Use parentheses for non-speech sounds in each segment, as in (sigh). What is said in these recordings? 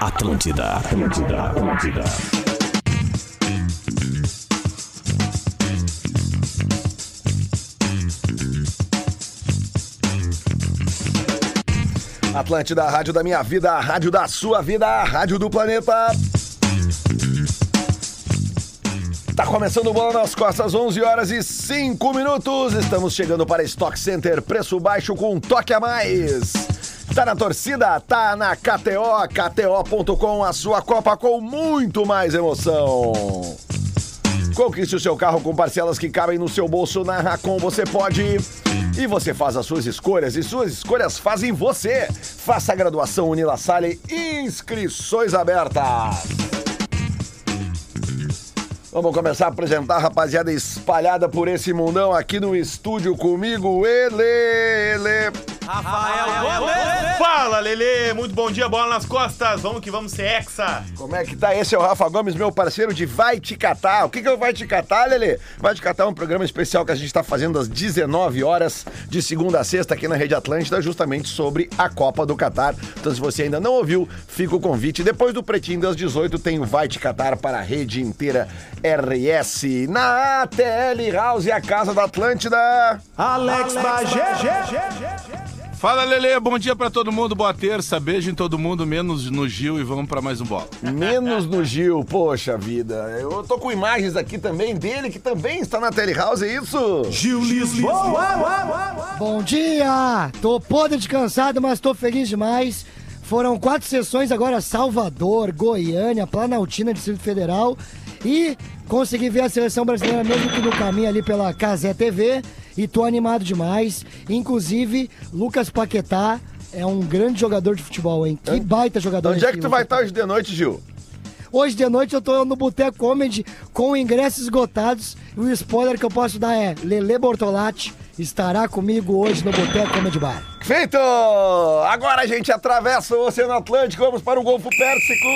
Atlântida, Atlântida, Atlântida. Atlântida, a rádio da minha vida, a rádio da sua vida, a rádio do planeta. Tá começando o Bola nas Costas, 11 horas e 5 minutos. Estamos chegando para Stock Center, preço baixo com um toque a mais. Tá na torcida? Tá na KTO, KTO.com, a sua Copa com muito mais emoção. Conquiste o seu carro com parcelas que cabem no seu bolso. Na Racon você pode. E você faz as suas escolhas e suas escolhas fazem você. Faça a graduação Unila Salle, inscrições abertas. Vamos começar a apresentar a rapaziada espalhada por esse mundão aqui no estúdio comigo. Ele, ele. Fala, Lele! Muito bom dia, bola nas costas! Vamos que vamos ser hexa! Como é que tá? Esse é o Rafa Gomes, meu parceiro de Vai Te Catar. O que que eu Vai Te Catar, Lelê? Vai Te Catar é um programa especial que a gente tá fazendo às 19 horas de segunda a sexta aqui na Rede Atlântida, justamente sobre a Copa do Catar. Então se você ainda não ouviu, fica o convite. Depois do Pretinho das 18 tem o Vai Te Catar para a rede inteira RS. Na ATL House, a casa da Atlântida. Alex Bagé. Fala Lele, bom dia pra todo mundo, boa terça, beijo em todo mundo, menos no Gil e vamos pra mais um bola. Menos no Gil, poxa vida. Eu tô com imagens aqui também dele, que também está na Tele House, é isso? Gil Lisboa. Bom dia! Tô podre de cansado, mas tô feliz demais. Foram quatro sessões agora: Salvador, Goiânia, Planaltina, Distrito Federal. E consegui ver a seleção brasileira mesmo que no caminho ali pela Casé TV. E tô animado demais. Inclusive, Lucas Paquetá é um grande jogador de futebol, hein? Que baita jogador. Onde é esse que tu Lucas vai tá? estar hoje de noite, Gil? Hoje de noite eu tô no Boteco Comedy com ingressos esgotados. E o spoiler que eu posso dar é: Lele Bortolatti estará comigo hoje no Boteco Comedy Bar. Feito! Agora a gente atravessa o Oceano Atlântico, vamos para o Golfo Pérsico.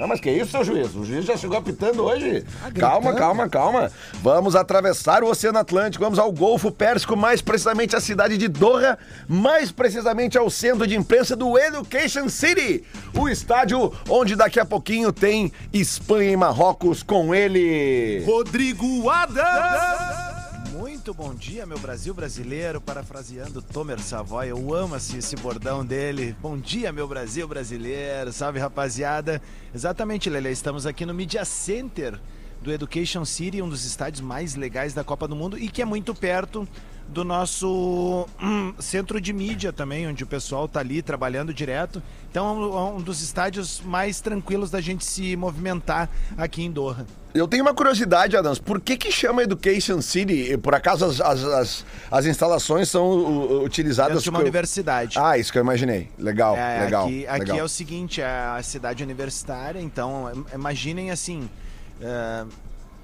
Não, mas que isso, seu juiz? O juiz já chegou apitando hoje. calma, gritando. calma, calma. Vamos atravessar o Oceano Atlântico, vamos ao Golfo Pérsico, mais precisamente à cidade de Doha, mais precisamente ao centro de imprensa do Education City, o estádio onde daqui a pouquinho tem Espanha e Marrocos com ele. Rodrigo Adams. Muito bom dia, meu Brasil brasileiro, parafraseando Tomer Savoy. Eu amo esse, esse bordão dele. Bom dia, meu Brasil brasileiro. Salve, rapaziada. Exatamente, Lele. Estamos aqui no Media Center do Education City, um dos estádios mais legais da Copa do Mundo e que é muito perto do nosso hum, centro de mídia também, onde o pessoal tá ali trabalhando direto. Então, é um- um dos estádios mais tranquilos da gente se movimentar aqui em Doha. Eu tenho uma curiosidade, Adams. Por que que chama Education City? E, Por acaso as, as, as, as instalações são u- u- utilizadas... Dentro de uma co- universidade. Ah, isso que eu imaginei. Legal, É, legal, aqui, aqui legal. é o seguinte, é a cidade universitária, então im- imaginem assim. é,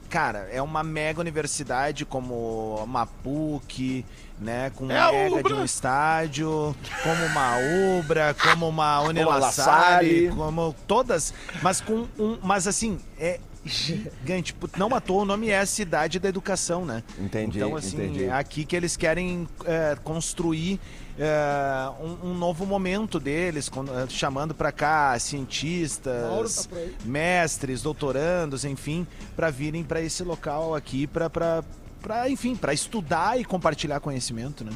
cara, é uma mega universidade como uma PUC, né? Com um É a mega de Ubra. um estádio, como uma Ubra, como uma La Unila Salle. Salle, como todas, mas com um. Mas assim, é gigante. Put- Não à toa, o nome é Cidade da Educação, né? Entendi, Então, assim, entendi. é aqui que eles querem é, construir é, um, um novo momento deles, com- é, chamando pra cá Mauro tá cientistas, por aí. mestres, doutorandos, enfim, pra virem pra esse local aqui pra. pra pra, enfim, pra estudar e compartilhar conhecimento, né?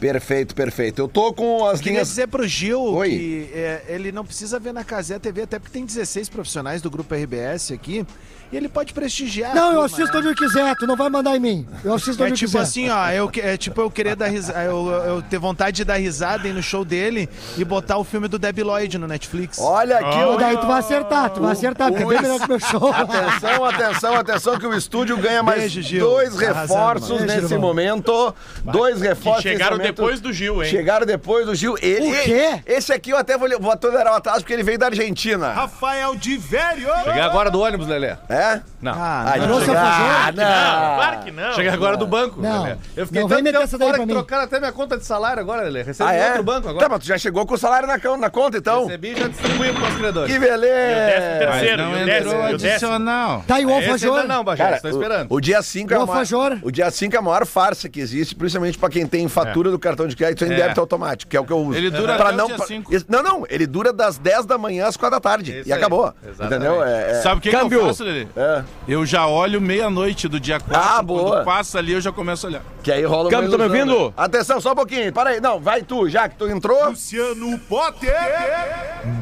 Perfeito, perfeito. Eu tô com as Queria linhas... dizer pro Gil Oi. que é, ele não precisa ver na Casé TV, até porque tem 16 profissionais do grupo RBS aqui, e ele pode prestigiar. a Não, eu turma, assisto né? onde eu quiser, tu não vai mandar em mim. Eu assisto É onde eu tipo quiser. assim, ó, eu, que- é tipo eu querer dar risada, eu, eu ter vontade de dar risada e ir no show dele e botar o filme do Debi Lloyd no Netflix. Olha aqui... Pô, o- daí tu vai acertar, tu vai acertar, porque é bem melhor que meu show. Atenção, atenção, atenção, que o estúdio ganha mais Beijo, Gil. dois Tá reforços arrasando, mano. Beijo, nesse irmão. momento. Dois reforços. Que nesse chegaram momento. depois do Gil, hein? Chegaram depois do Gil. Ele, O quê? Esse aqui eu até vou, vou tolerar o atraso, porque ele veio da Argentina. Rafael de Vério. Cheguei agora do ônibus, Lele. É? Não. Ah, Ah, não. não, Trouxe a chegar, fazer? não. Claro que não! Cheguei agora do banco, Não. Lelé. Eu fiquei Não vem tanto meter tempo essa daí fora pra que mim. trocaram até minha conta de salário agora, Lelê. Recebi Ah, em é? um outro banco agora. Tá, mas tu já chegou com o salário na, con- na conta, então. Recebi e já distribuí pros credores. Que décimo beleza! terceiro. Mas não entrou adicional. Tá, e o Esse alfajor? ainda não, Bajé, Cara, estou esperando. O, o dia 5 é O a maior, alfajor. o dia 5 é a maior farsa que existe, principalmente pra quem tem fatura do do cartão de crédito em É. débito automático, que é o que eu uso. Ele dura Pra até o não, dia pra- cinco. Não, não, ele dura das 10 da manhã às 4 da tarde. Isso e aí, acabou. exatamente. Entendeu? É, é- Sabe o que, que Câmbio. eu faço, Lelê? É, Eu já olho meia-noite do dia 4. Ah, boa. Quando passa ali, eu já começo a olhar. que aí rola uma Câmbio, tá me ilusão, ouvindo? né? Atenção, só um pouquinho. Para aí. Não, vai tu, já que tu entrou. Luciano Potter.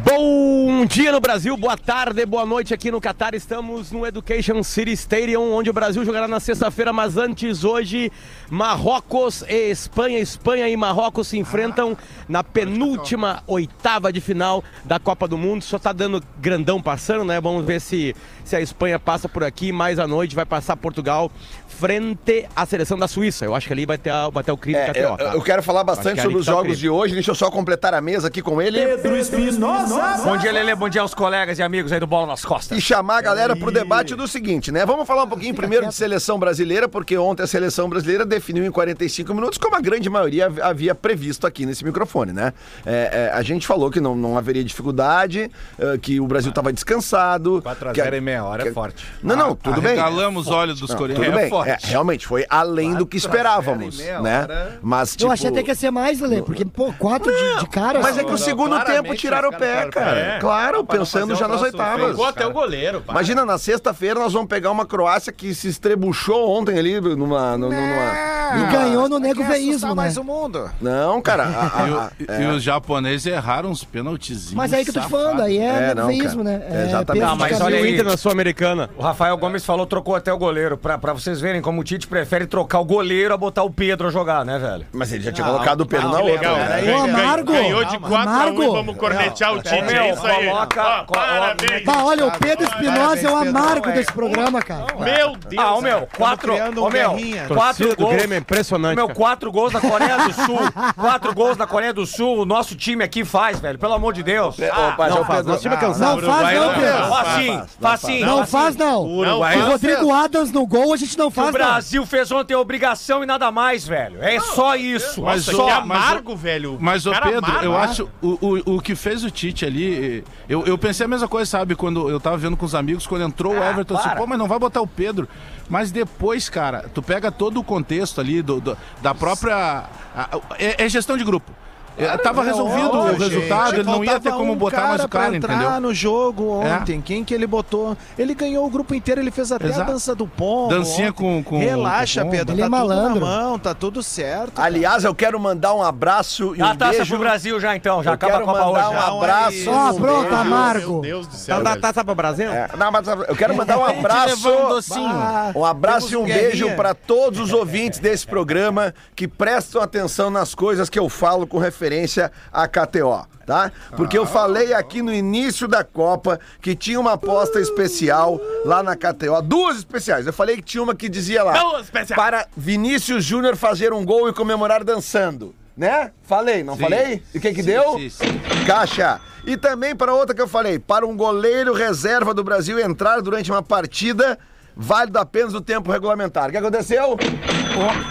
Bom dia no Brasil, boa tarde, boa noite aqui no Catar. Estamos no Education City Stadium, onde o Brasil jogará na sexta-feira, mas antes hoje, Marrocos e Espanha. Espanha e Marrocos se enfrentam na penúltima oitava de final da Copa do Mundo. Só tá dando grandão passando, né? Vamos ver se, se a Espanha passa por aqui. Mais à noite vai passar Portugal frente à seleção da Suíça. Eu acho que ali vai ter, a- vai ter o crime É, KTO, eu, tá? eu quero falar Acho bastante que sobre ali os tá jogos feio. de hoje. Deixa eu só completar a mesa aqui com ele Pedro Espinosa. Bom dia, Lele. Bom dia aos colegas e amigos aí do Bola nas Costas. e chamar a galera pro debate do seguinte, né? Vamos falar um pouquinho primeiro de seleção brasileira, porque ontem a seleção brasileira definiu em 45 minutos, como a grande maioria hav- havia previsto aqui nesse microfone, né? É, é, a gente falou que não, não haveria dificuldade, eh, que o Ah. Brasil estava descansado. 4x0 em meia hora é forte. tá. Não, não, tudo bem. É Regalamos os olhos dos Não, coreanos. tudo bem. forte. É, realmente, foi além do que esperávamos, meia né? hora. Mas, tipo... Eu achei até que ia ser assim. mais, Lele, porque, pô, quatro de, de cara. Mas é só. que o segundo claramente, tempo tiraram o né, pé, cara, cara. é. Claro, Pra não pensando fazer já um nas troço oitavas. feio. Pegou até É o goleiro, pá. Imagina, na sexta-feira nós vamos pegar uma Croácia que se estrebuchou ontem ali numa. numa- numa- E ganhou no nego Quer assustar veísmo, né? mais o mundo. Não, cara. a- a- E, o- a- e- e os japoneses erraram os pênaltizinhos. Mas aí que eu tô te falando, aí é, É, não, veísmo, cara. né? É, exatamente. peso Tá, de mas camisa. olha E o aí. Inter na Sul-Americana. O Rafael Gomes falou, trocou até o goleiro. Pra, pra vocês verem como o Tite prefere trocar o goleiro a botar o Pedro a jogar, né, velho? Mas ele já tinha colocado o Pedro na que outra. legal, né? cara. Ganhou- Ô, Amargo! Ganhou de Calma. 4 a 1 e Amargo! vamos cornetear o Tite, meu, é isso aí. coloca- Ó, coloca- parabéns. Bah, Tá, olha, o Pedro Espinosa é o Parabéns, Pedro. amargo Não, é. desse programa, cara. Meu Deus. Ah, o meu, cara. quatro, criando um ô, meu, guerrinha. quatro Torcida do gols. Grêmio é impressionante. Meu, cara. quatro gols na Coreia do Sul. (laughs) quatro gols na Coreia do Sul. O nosso time aqui faz, velho. Pelo amor de Deus. É, Ah, Ô, pai, Não, já o faz, Pedro- Ah, nosso time é cansado. Não faz, não, Pedro. Faz sim, faz sim. Não faz sim. faz, não. Não, O faz. Rodrigo Adams no gol, a gente não O faz, não. Brasil fez ontem a obrigação e nada mais, velho. É só isso. Mas Nossa, que o- mas o- amargo, velho. Mas, ô Cara Pedro, amargo. é? eu acho o, o, o que fez o Tite ali. eh, Eu, eu pensei a mesma coisa, sabe? Quando eu tava vendo com os amigos, quando entrou o Ah, Everton, eu disse, pô, mas não vai botar o Pedro. Mas depois, cara, tu pega todo o contexto ali do, do- da própria. a- a- é, é gestão de grupo. Eh, tava resolvido o Lógico, resultado, gente. ele não ia ter Faltava como um botar mais o pra cara, entrar entendeu? no jogo É. ontem. Quem que ele botou? Ele ganhou o grupo inteiro, ele fez até a Exato. dança do pombo. Dancinha ontem. com- com- Relaxa, com o pombo. Pedro. Ele é tá malandro. tudo na mão, tá tudo certo. Aliás, eu quero mandar um abraço e Dá um a taça beijo. pro Brasil já então, já Eu acaba quero com a Copa mandar hoje. um já. abraço. Ó, um pronto, beijo. amargo. Meu Deus do céu, Então dá velho. taça pra Brasil? É, não, mas eu quero mandar um abraço. Leva um docinho. Um abraço Temos e um guerrinha. beijo para todos os ouvintes desse programa que prestam atenção nas coisas que eu falo com referência à KTO, tá? Porque eu falei aqui no início da Copa que tinha uma aposta especial lá na KTO, duas especiais. Eu falei que tinha uma que dizia lá Duas especiais. para Vinícius Júnior fazer um gol e comemorar dançando. Né? Falei, não falei? E o que que deu? sim, sim. Caixa. E também para outra que eu falei, para um goleiro reserva do Brasil entrar durante uma partida, válido apenas o tempo regulamentar. O que aconteceu?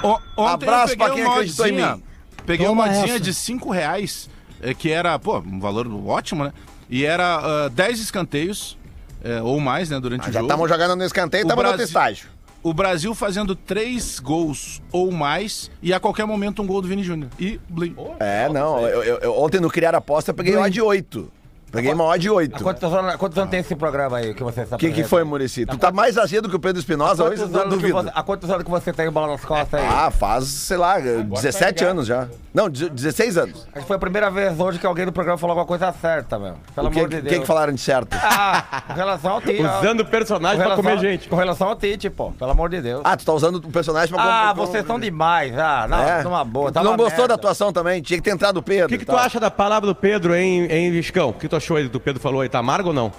O- o- ontem Abraço eu peguei pra quem uma acreditou em modinha, mim. Peguei Toma uma modinha essa. de 5 reais, eh, que era, pô, um valor ótimo, né? E era 10 escanteios, eh, ou mais, né, durante o Ah, Já jogo. estamos jogando no escanteio, O estamos no outro Brasil- estágio. O Brasil fazendo 3 gols ou mais, e a qualquer momento um gol do Vini Júnior. E blim. É, não. Eu, eu- eu- ontem no Criar Aposta eu peguei uma de 8. Peguei uma odd de 8. O Quantos anos, quantos anos tem esse programa aí que você está que, que foi, Murici? Tu tá mais azedo que o Pedro Espinosa hoje? Eu duvido. Há quantos anos que você tem o bola nas costas aí? Ah, faz, sei lá, 17 anos já. Não, 16 anos. Acho que foi a primeira vez hoje que alguém do programa falou alguma coisa certa, meu. Pelo O que, amor de que Deus. que falaram de certo? Ah, com relação ao Tite. ó. Usando o Com personagem pra relação- comer gente. Com relação ao Tite, pô. Pelo amor de Deus. Ah, tu tá usando o personagem pra... Ah, com- com- vocês são demais. Ah, não, É. numa boa. Tu tá não uma gostou merda. da atuação também? Tinha que ter entrado o Pedro. O que, que e tu tal. acha da palavra do Pedro, hein, hein Viscão? O que tu achou aí do que o Pedro falou aí? Tá amargo ou não?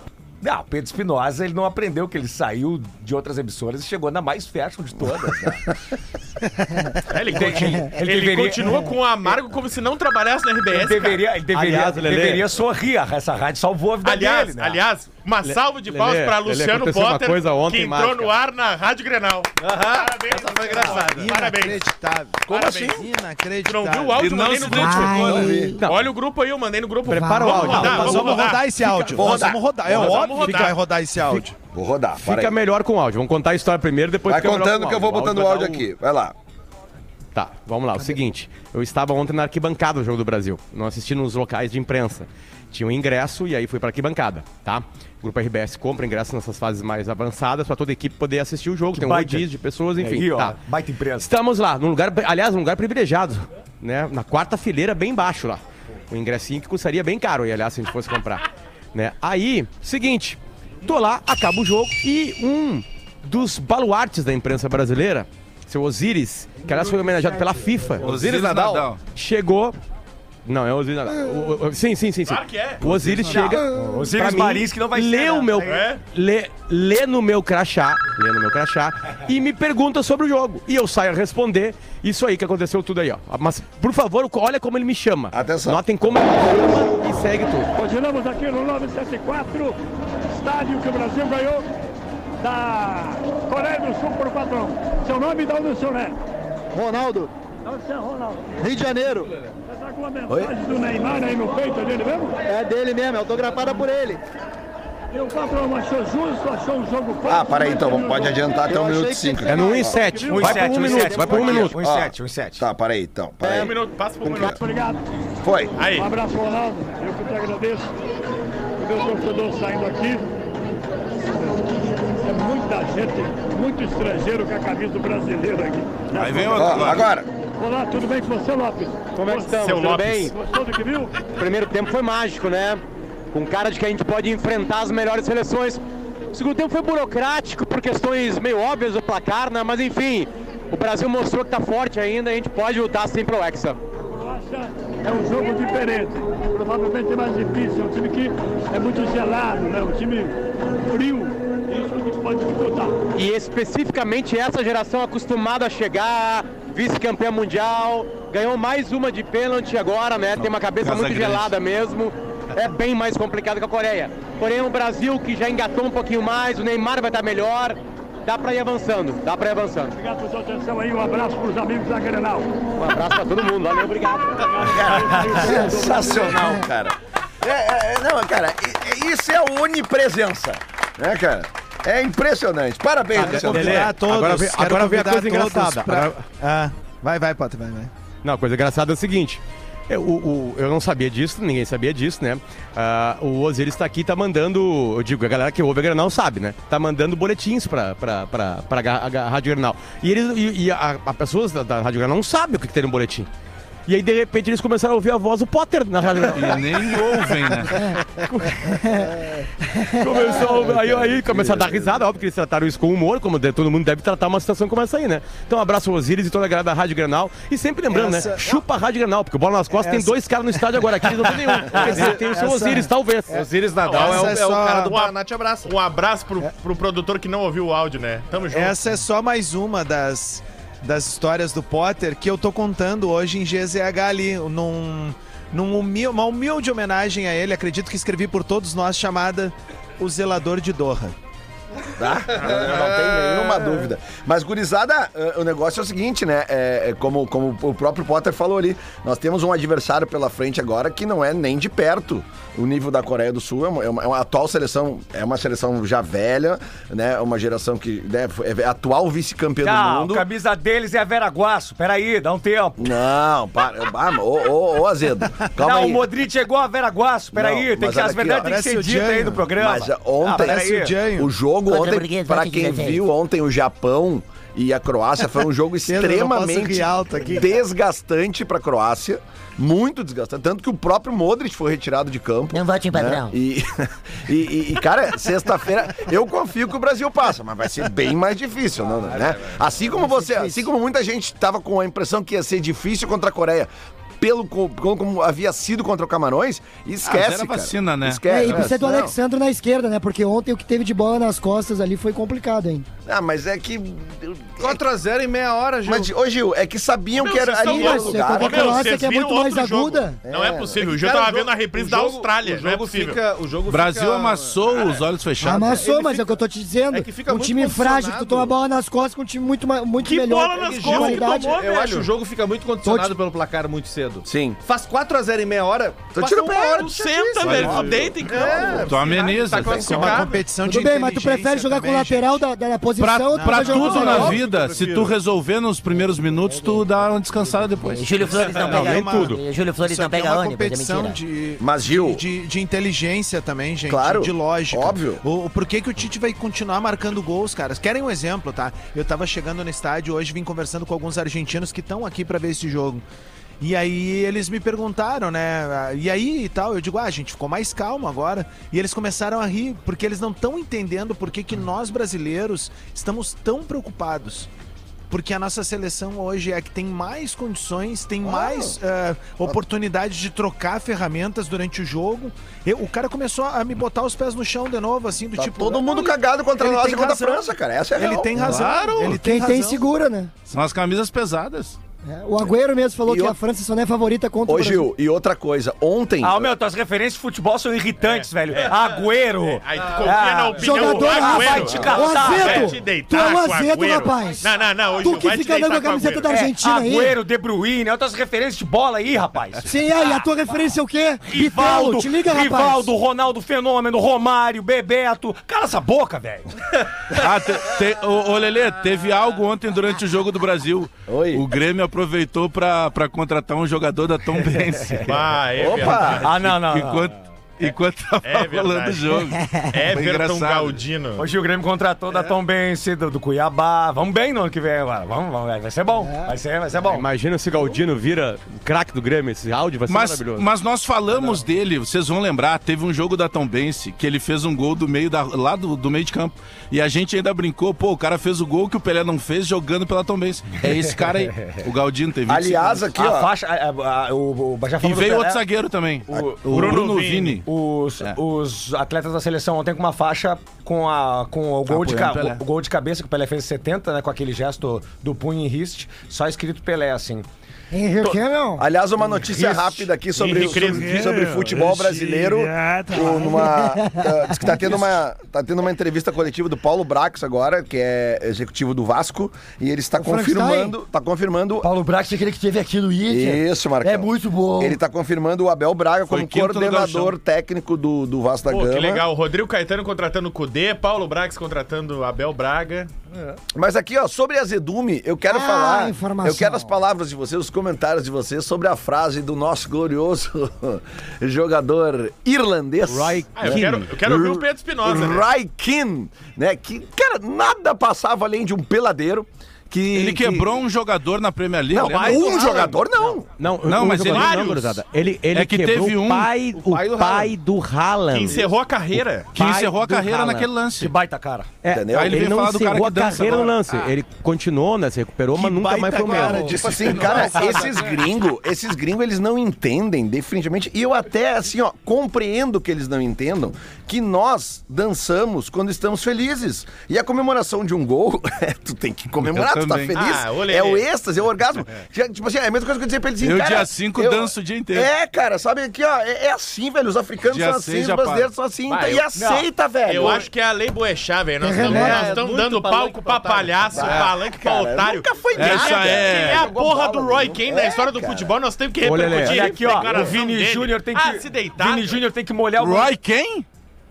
Não, o Pedro Espinosa, ele não aprendeu que ele saiu de outras emissoras e chegou na mais fashion de todas. né? É, Ele, conti- ele ele deveria- continua com o amargo como se não trabalhasse na Ele RBS, cara. deveria, ele deveria, Aliás, Lelê. deveria sorrir. Essa rádio salvou a vida Aliás, dele, né? aliás, uma salva de Lelê, palmas pra Lelê, Luciano aconteceu uma Potter, coisa ontem que entrou mágica. no ar na Rádio Grenal. Parabéns, foi engraçado. Parabéns. Inacreditável. Como Parabéns. assim? Inacreditável. Tu não viu o áudio? Ele não Mandei se no identificou, Vai. né? grupo. Olha o grupo aí, eu mandei no grupo. Prepara o Vamos áudio. rodar, Nós vamos tá? vamos rodar. rodar esse áudio. Nós vamos rodar. É Nós vamos óbvio que rodar. vai rodar esse áudio. Vou rodar, para Fica aí. melhor com o áudio. Vamos contar a história primeiro, depois Vai fica melhor contando com que eu vou botando o vai áudio dar um- aqui. Vai lá. Tá, vamos lá. O seguinte, eu estava ontem na arquibancada do Jogo do Brasil. Não assisti nos locais de imprensa. Tinha um ingresso e aí fui para arquibancada, tá? O Grupo RBS compra ingressos nessas fases mais avançadas para toda a equipe poder assistir o jogo. Tem um baita. rodízio de pessoas, enfim. Aí, ó, tá. baita empresa. Estamos lá, num lugar, aliás, um lugar privilegiado, né? Na quarta fileira, bem baixo lá. Um ingressinho que custaria bem caro, e aliás, se a gente fosse comprar. (laughs) Né? Aí, seguinte, tô lá, acaba o jogo e um dos baluartes da imprensa brasileira, seu Osiris, que aliás foi homenageado pela FIFA. Osiris Nadal. Chegou. Não, é o Osiris Nadal. O- o- o- sim, sim, sim, sim. Claro que é. O Osiris chega. O Osiris pra mim, Marins que não vai ser, Lê o né? meu. É? Lê, lê no meu crachá. Lê no meu crachá. e me pergunta sobre o jogo. E eu saio a responder. Isso aí que aconteceu tudo aí, ó. Mas, por favor, olha como ele me chama. Atenção. Notem como ele me chama e segue tudo. Continuamos aqui no 974, estádio que o Brasil ganhou da Coreia do Sul por 4 a 1. Seu nome e da onde o seu neto? Ronaldo, Onde seu Ronaldo? Rio de Janeiro. Você tá com uma mensagem do Neymar aí no peito dele mesmo? É dele mesmo, é autografada por ele. E o 4 a 1 achou justo, achou um jogo fácil. Ah, para aí, então, mas pode terminou adiantar até Eu um achei minuto e que cinco. você É no 1 em 7. Vai Um e pro 1 sete, um e minuto. sete, Vai pro 1 aqui, minuto. É, Um e Ó. sete, um e sete. Tá, para aí, então. Para Um aí. minuto, passa por um minuto. Obrigado. Foi. Tá Aí, Um abraço, Ronaldo. Eu que te agradeço. O meu torcedor saindo aqui. É muita gente, muito estrangeiro com a camisa do brasileiro aqui. Aí vem Ó, outro. agora. Olá, tudo bem com você, Lopes? Como é que estamos? Seu Tudo Lopes. bem? Gostou do que viu? O primeiro tempo foi mágico, né? Com cara de que a gente pode enfrentar as melhores seleções. O segundo tempo foi burocrático por questões meio óbvias do placar, né? Mas enfim, o Brasil mostrou que tá forte ainda e a gente pode lutar sim pro Hexa. Croácia é um jogo diferente, provavelmente é mais difícil, é um time que é muito gelado, né? um time frio, isso que pode dificultar. E especificamente essa geração acostumada a chegar, vice-campeã mundial, ganhou mais uma de pênalti agora, né? Tem uma cabeça Casa muito grande. gelada mesmo. É bem mais complicado que a Coreia. Porém, o Brasil que já engatou um pouquinho mais, o Neymar vai estar melhor. Dá pra ir avançando, dá pra ir avançando. Obrigado pela sua atenção aí, um abraço para os amigos da Grenal. Um abraço pra todo mundo, valeu, obrigado. Sensacional, cara. É, é, é, não, cara, i- i- isso é onipresença. Né, cara? É impressionante. Ah, Parabéns, Luciano. Convidar todos, agora vem- quero agora vem a convidar coisa todos engraçada. pra- Agora- Ah, vai, vai, Potter, vai, vai. Não, a coisa engraçada é o seguinte. Eu, o- o- eu não sabia disso, ninguém sabia disso, né? Ah, o Osiris tá aqui, tá mandando. Eu digo, a galera que ouve a Granal sabe, né? Tá mandando boletins pra, pra, pra, pra ga- a, ga- Rádio Granal. E eles e, e a, a pessoas da, da Rádio Granal não sabem o que, que tem no boletim. E aí, de repente, eles começaram a ouvir a voz do Potter na (laughs) Rádio Granal. E nem ouvem, (laughs) né? Começou, aí, aí começou a dar risada, óbvio que eles trataram isso com humor, como de- todo mundo deve tratar uma situação como essa aí, né? Então, um abraço ao Osiris e toda a galera da Rádio Granal. E sempre lembrando, né? Essa- Chupa a Rádio Granal, porque o Bola nas Costas tem dois caras no estádio agora aqui, eles não tem nenhum. Esse- tem o seu Essa- Osiris, talvez. Osiris Nadal Essa é é o, é o só- cara do Uma- Paraná, te abraça. um abraço pro, pro produtor que não ouviu o áudio, né? Tamo junto. Essa é só mais uma das, das histórias do Potter que eu tô contando hoje em GZH ali, num, num humil, uma humilde homenagem a ele, acredito que escrevi por todos nós, chamada O Zelador de Doha. Tá? (laughs) Não tem nenhuma dúvida. Mas, gurizada, eh, o negócio é o seguinte, né? É, é como, como o próprio Potter falou ali, nós temos um adversário pela frente agora que não é nem de perto o nível da Coreia do Sul. É uma, é uma- é uma atual seleção, é uma seleção já velha, né? Uma geração que né, é atual vice-campeã do Não, mundo. a camisa deles é a Vera Guaço. Peraí, dá um tempo. Não, para. (laughs) Ah, ô, ô, ô, Azedo. Calma não, aí. o Modric é igual a Vera Guaço. Não, Peraí, tem mas que, olha as aqui, ó, verdades têm que ser parece o ditas aí Jânio. do programa. Ah, Mas é, ontem, parece Ah, peraí. o Jânio. o jogo Contra ontem, Português, para vai que quem quiser. viu ontem o Japão e a Croácia, foi (laughs) um jogo Pedro, eu não posso extremamente rir alto aqui. desgastante para a Croácia, muito desgastante, tanto que o próprio Modric foi retirado de campo. Não vote em Né? padrão. E, (laughs) e, e- e, cara, sexta-feira eu confio que o Brasil passa, mas vai ser bem mais difícil, não, né? Assim como você, assim como muita gente estava com a impressão que ia ser difícil contra a Coreia. Pelo, co- pelo como havia sido contra o Ah, Camarões, esquece. zero a cara. vacina, né? É, Esquece. É, e precisa do Não. Alexandro na esquerda, né? Porque ontem o que teve de bola nas costas ali foi complicado, hein? Ah, mas é que. 4x0 em meia hora, Gil. Mas, ô Gil, é que sabiam que era vocês ali estão era o loucos. lugar. Qualquer Meu, croácia vocês que é viram muito outro mais jogo. aguda. Não é possível. Hoje eu tava vendo a reprise da Austrália. Não é possível. o jogo O Brasil amassou os olhos fechados. Amassou, mas é o que eu tô te dizendo. é que fica um muito time frágil, tu condicionado. toma bola nas costas com um time muito, ma- muito Que melhor. bola nas de costas que qualidade. tomou, velho. jogo fica muito condicionado pelo placar muito cedo. Pedro. Sim. Faz 4x0 em meia hora. Tu passa tira o uma pé, hora tu de Senta, chatice. velho. Deita em campo. É, Tu ameniza. Tá é uma classificado. competição de Tudo bem, mas tu prefere jogar com o lateral da, da posição Pra, ou tu pra vai jogar com o tudo na lateral? vida, se tu resolver nos primeiros minutos, tu dá uma descansada depois. Júlio Flores não Não, pega nem tudo. Júlio Flores Isso não aqui é pega uma ônibus, é competição mentira. de, Mas, Gil- de, de inteligência também, gente. Claro, De lógica. óbvio. O, o porquê que o Tite vai continuar marcando gols, caras? Querem um exemplo, tá? Eu tava chegando no estádio hoje, vim conversando com alguns argentinos que estão aqui pra ver esse jogo. E aí eles me perguntaram, né? ah, E aí e tal, eu digo, ah, gente, ficou mais calmo agora. E eles começaram a rir, porque eles não estão entendendo por que que nós brasileiros estamos tão preocupados. Porque a nossa seleção hoje é a que tem mais condições, tem mais eh, oportunidade de trocar ferramentas durante o jogo. Eu- o cara começou a me botar os pés no chão de novo, assim, do Tá tipo. todo "Não, mundo ele- cagado contra ele nós tem e contra a razão. França, cara. Essa é a Ele real. tem razão. Ele tem Quem tem razão. segura, né? São as camisas pesadas. É, O Agüero mesmo falou E que o- a França só não é favorita contra Ô, o Brasil. Gil, e outra coisa. Ontem... Ah, meu, tuas referências de futebol são irritantes, velho. Agüero. É, Aí tu confia na Ah, opinião jogador, do ah, Agüero. vai te catar, Ô, Azeto, Vai te tu deitar é um com o azedo, Agüero. rapaz. Não, não, não. hoje Tu que vai te fica andando com a deitar camiseta Agüero. É, da Argentina aí. Agüero, De Bruyne, olha tuas referências de bola aí, rapaz. Sim, aí, a tua referência é o quê? Bitelo, Rivaldo, te liga, rapaz. Rivaldo, Ronaldo Fenômeno, Romário, Bebeto. Cala essa boca, velho. Ah, te, te- ô, ô, Lelê, teve algo ontem durante o jogo do Brasil. Oi. O Grêmio aproveitou pra, pra contratar um jogador da Tom Bense. Ah, é Opa! Ah, não, não. não. enquanto, enquanto tava É verdade. rolando o jogo. É Foi Everton engraçado. Galdino. Hoje o Grêmio contratou tá É. da Tom Bense, do, do Cuiabá. Vamos bem no ano que vem agora. Vamos, vamos, vai- vai ser bom. É. Vai ser, vai ser bom. Imagina se Galdino vira craque do Grêmio, esse áudio é vai ser Mas, maravilhoso. mas nós falamos dele, vocês vão lembrar, teve um jogo da Tombense que ele fez um gol do meio da, lá do, do meio de campo. E a gente ainda brincou, pô, o cara fez o gol que o Pelé não fez jogando pela Tombense. É esse cara aí, o Galdino teve. Aliás, aqui, Ah, a ó. faixa, a- a- a- o, o, já E falou do veio Pelé. outro zagueiro É. também, o, Bruno, Bruno Vini. Vini. Os, os atletas da seleção ontem com uma faixa com, a, com o, gol de Apoiando ca- o Pelé. o gol de cabeça que o Pelé fez em 70, né? Com aquele gesto do punho em riste, só escrito Pelé, assim. é Henrique, meu. Aliás, uma notícia rápida aqui sobre, Henrique sobre, sobre futebol brasileiro. O- Numa, ah, diz que tá tendo, uma, tá tendo uma entrevista coletiva do Paulo Brax agora, que é executivo do Vasco, e ele está Frankenstein. confirmando. Tá confirmando. Paulo Brax, aquele que teve aqui no Inter. Isso, Marcão. É muito bom. Ele tá confirmando o Abel Braga Foi como quinto no coordenador Gauchão. técnico do, do Vasco da Pô, Gama. que legal. Rodrigo Caetano contratando o Cudê, Paulo Brax contratando Abel Braga. Mas aqui, ó, sobre a Zedume, eu quero Ah, falar. informação. Eu quero as palavras de vocês, os comentários de vocês sobre a frase do nosso glorioso (laughs) jogador irlandês. Roy Ah, eu quero, eu quero ouvir o Pedro Espinosa. né? Rai Keane, né? Que, cara, nada passava além de um peladeiro que. Ele que- quebrou um jogador na Premier League. né, Não, lembra? mas um jogador não. Não, Não, o mas ele- jogador vários. não, gurizada. Ele, ele É que quebrou teve um, o pai, o pai do, Haaland. Que encerrou a carreira. que pai encerrou a do carreira Haaland. naquele lance. Que baita cara. É, Entendeu? Aí ele, ele veio não falar do cara encerrou a que dança carreira no agora. Ah. lance. Ele continuou, né? Se recuperou, mas nunca mais foi o baita mesmo. cara Tipo assim, cara, esses gringos, esses gringos, eles não entendem, definitivamente. E eu até, assim, ó, compreendo que eles não entendam que nós dançamos quando estamos felizes. E a comemoração de um gol, (laughs) tu tem que comemorar, Eu tu tá também. feliz. Ah, olê. é o êxtase, é o (laughs) orgasmo. Já, tipo assim, é a mesma coisa que eu dizer pra eles assim, Eu, cara, dia cinco, danço o dia inteiro. É, cara, sabe aqui, ó, é, é assim, velho. Os africanos Dia são assim, seis os já brasileiros para. são assim. Bah, tá- e eu- aceita, velho. Eu acho que é a lei Boechat, velho. Nós remédio. estamos dando palco pra palhaço, palanque pra otário. nunca foi Essa nada. é- É a porra bola, do Roy não- Kane É, na história do cara. futebol, nós temos que Olha, Lelê. É. repercutir. Olha aqui, ó. O declaração Vini dele. Júnior tem que. Ah, se deitar. Vini Júnior tem que molhar o. Roy quem?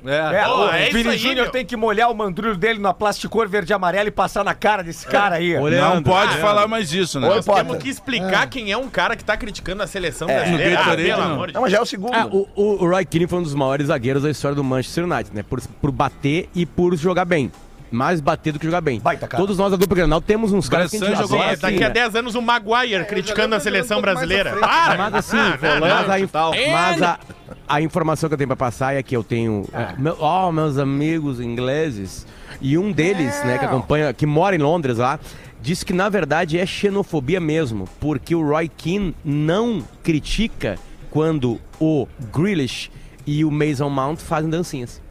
É, Pô, o é isso Vini aí, Júnior meu. tem que molhar o mandrulho dele na plasticor verde e amarela e passar na cara É. desse cara aí. É Olha- Não Leandro, pode falar mais disso, né? Oi, Nós Potter. temos que explicar quem é um cara que tá criticando a seleção É, no brasileira. Ah, Gatorade, pelo não. amor de Não, mas já é o segundo. Ah, É, o, o- o Roy Keane foi um dos maiores zagueiros da história do Manchester United, né? Por, por bater e por jogar bem. Mais bater do que jogar bem. Baita, cara. Todos nós da dupla Granal temos uns caras que a gente Bressan jogou adora, assim, É, assim, daqui a né? 10 anos o É, Maguire criticando a seleção brasileira. Para! Mas assim, mas, a, mas a- a informação que eu tenho pra passar é que eu tenho. é, meu- ó, meus amigos ingleses. E um deles, né, que acompanha, que mora em Londres lá, disse que na verdade é xenofobia mesmo. Porque o Roy Keane não critica quando o Grealish e o Mason Mount fazem dancinhas.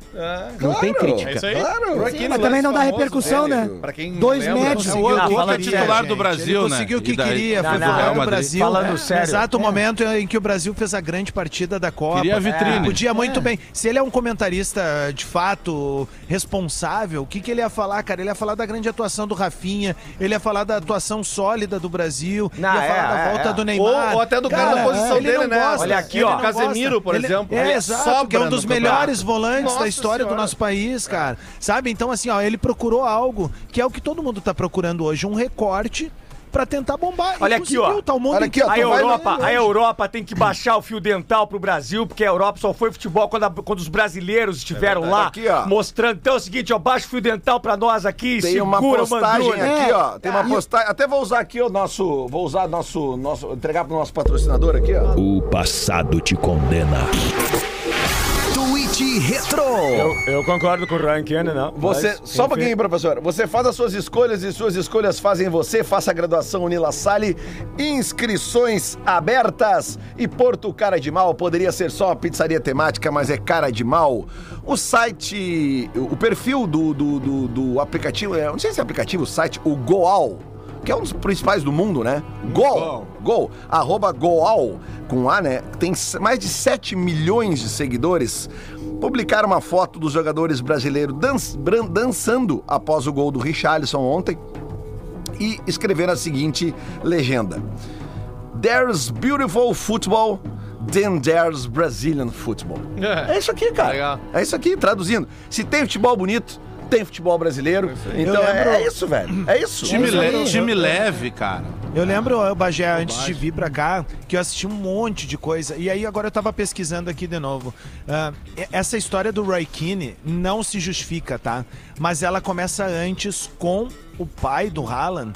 Não tem crítica. É isso aí? Claro. Sim, mas também não dá repercussão, né? Pra quem não Dois lembra, um médios É seguidos. o outro é titular do Brasil, ele né? conseguiu o que E daí- queria, Não, foi não, voar Real no Madrid. Brasil. Falando no sério. Exato momento em que o Brasil fez a grande partida da Copa. Queria a É. vitrine. Podia muito bem. Se ele é um comentarista de fato responsável, o que, que ele ia falar, cara? Ele ia falar da grande atuação do Rafinha, ele ia falar da atuação sólida do Brasil, Não, ia falar é, da é, volta é. do Neymar. Ou- ou até do cara da posição ele dele, não né? gosta, Olha aqui, ele ó. não gosta. Casemiro, por Ele- exemplo, É, ele exato, sobra que é um no dos campeonato. melhores volantes da Nossa história do Senhora. nosso país, cara. Sabe? Então, assim, ó, ele procurou algo que é o que todo mundo tá procurando hoje, um recorte pra tentar bombar. E Olha aqui, conseguiu, ó. Tá o mundo Olha aqui, ó, A tu então vai Europa, longe. a Europa tem que baixar o fio dental pro Brasil, porque a Europa só foi futebol quando, a- quando os brasileiros estiveram lá É Aqui, ó. mostrando. Então é o seguinte, ó, baixa o fio dental pra nós aqui, Tem segura uma o postagem mandura. aqui, É. ó. Tem uma E- postagem. Até vou usar aqui o nosso. Vou usar nosso. nosso entregar pro nosso patrocinador aqui, ó. O passado te condena. Eu, eu concordo com o Ryan Kenner, não. Você, mas, só um enfim. pouquinho, professor. Você faz as suas escolhas e suas escolhas fazem você. Faça a graduação Unila Salle. Inscrições abertas. E Porto Cara de Mal poderia ser só uma pizzaria temática, mas é Cara de Mal. O site, o perfil do, do, do, do aplicativo, é, não sei se é aplicativo, o site, o Goal, que é um dos principais do mundo, né? Goal. Gol, arroba Goal, com A, né? Tem s- mais de 7 milhões de seguidores. Publicaram uma foto dos jogadores brasileiros dan- bran- dançando após o gol do Richarlison ontem e escreveram a seguinte legenda: There's beautiful football, then there's Brazilian football. É isso aqui, cara. Legal. É isso aqui, traduzindo. Se tem futebol bonito, tem futebol brasileiro. Então é, é isso, velho. É isso. Time, isso le- aí. time leve, cara. Eu lembro, Ah, ó, Bagé, antes de vir pra cá, que eu assisti um monte de coisa. E aí agora eu tava pesquisando aqui de novo. Ah, e- essa história do Roy Keane não se justifica, tá? Mas ela começa antes com o pai do Haaland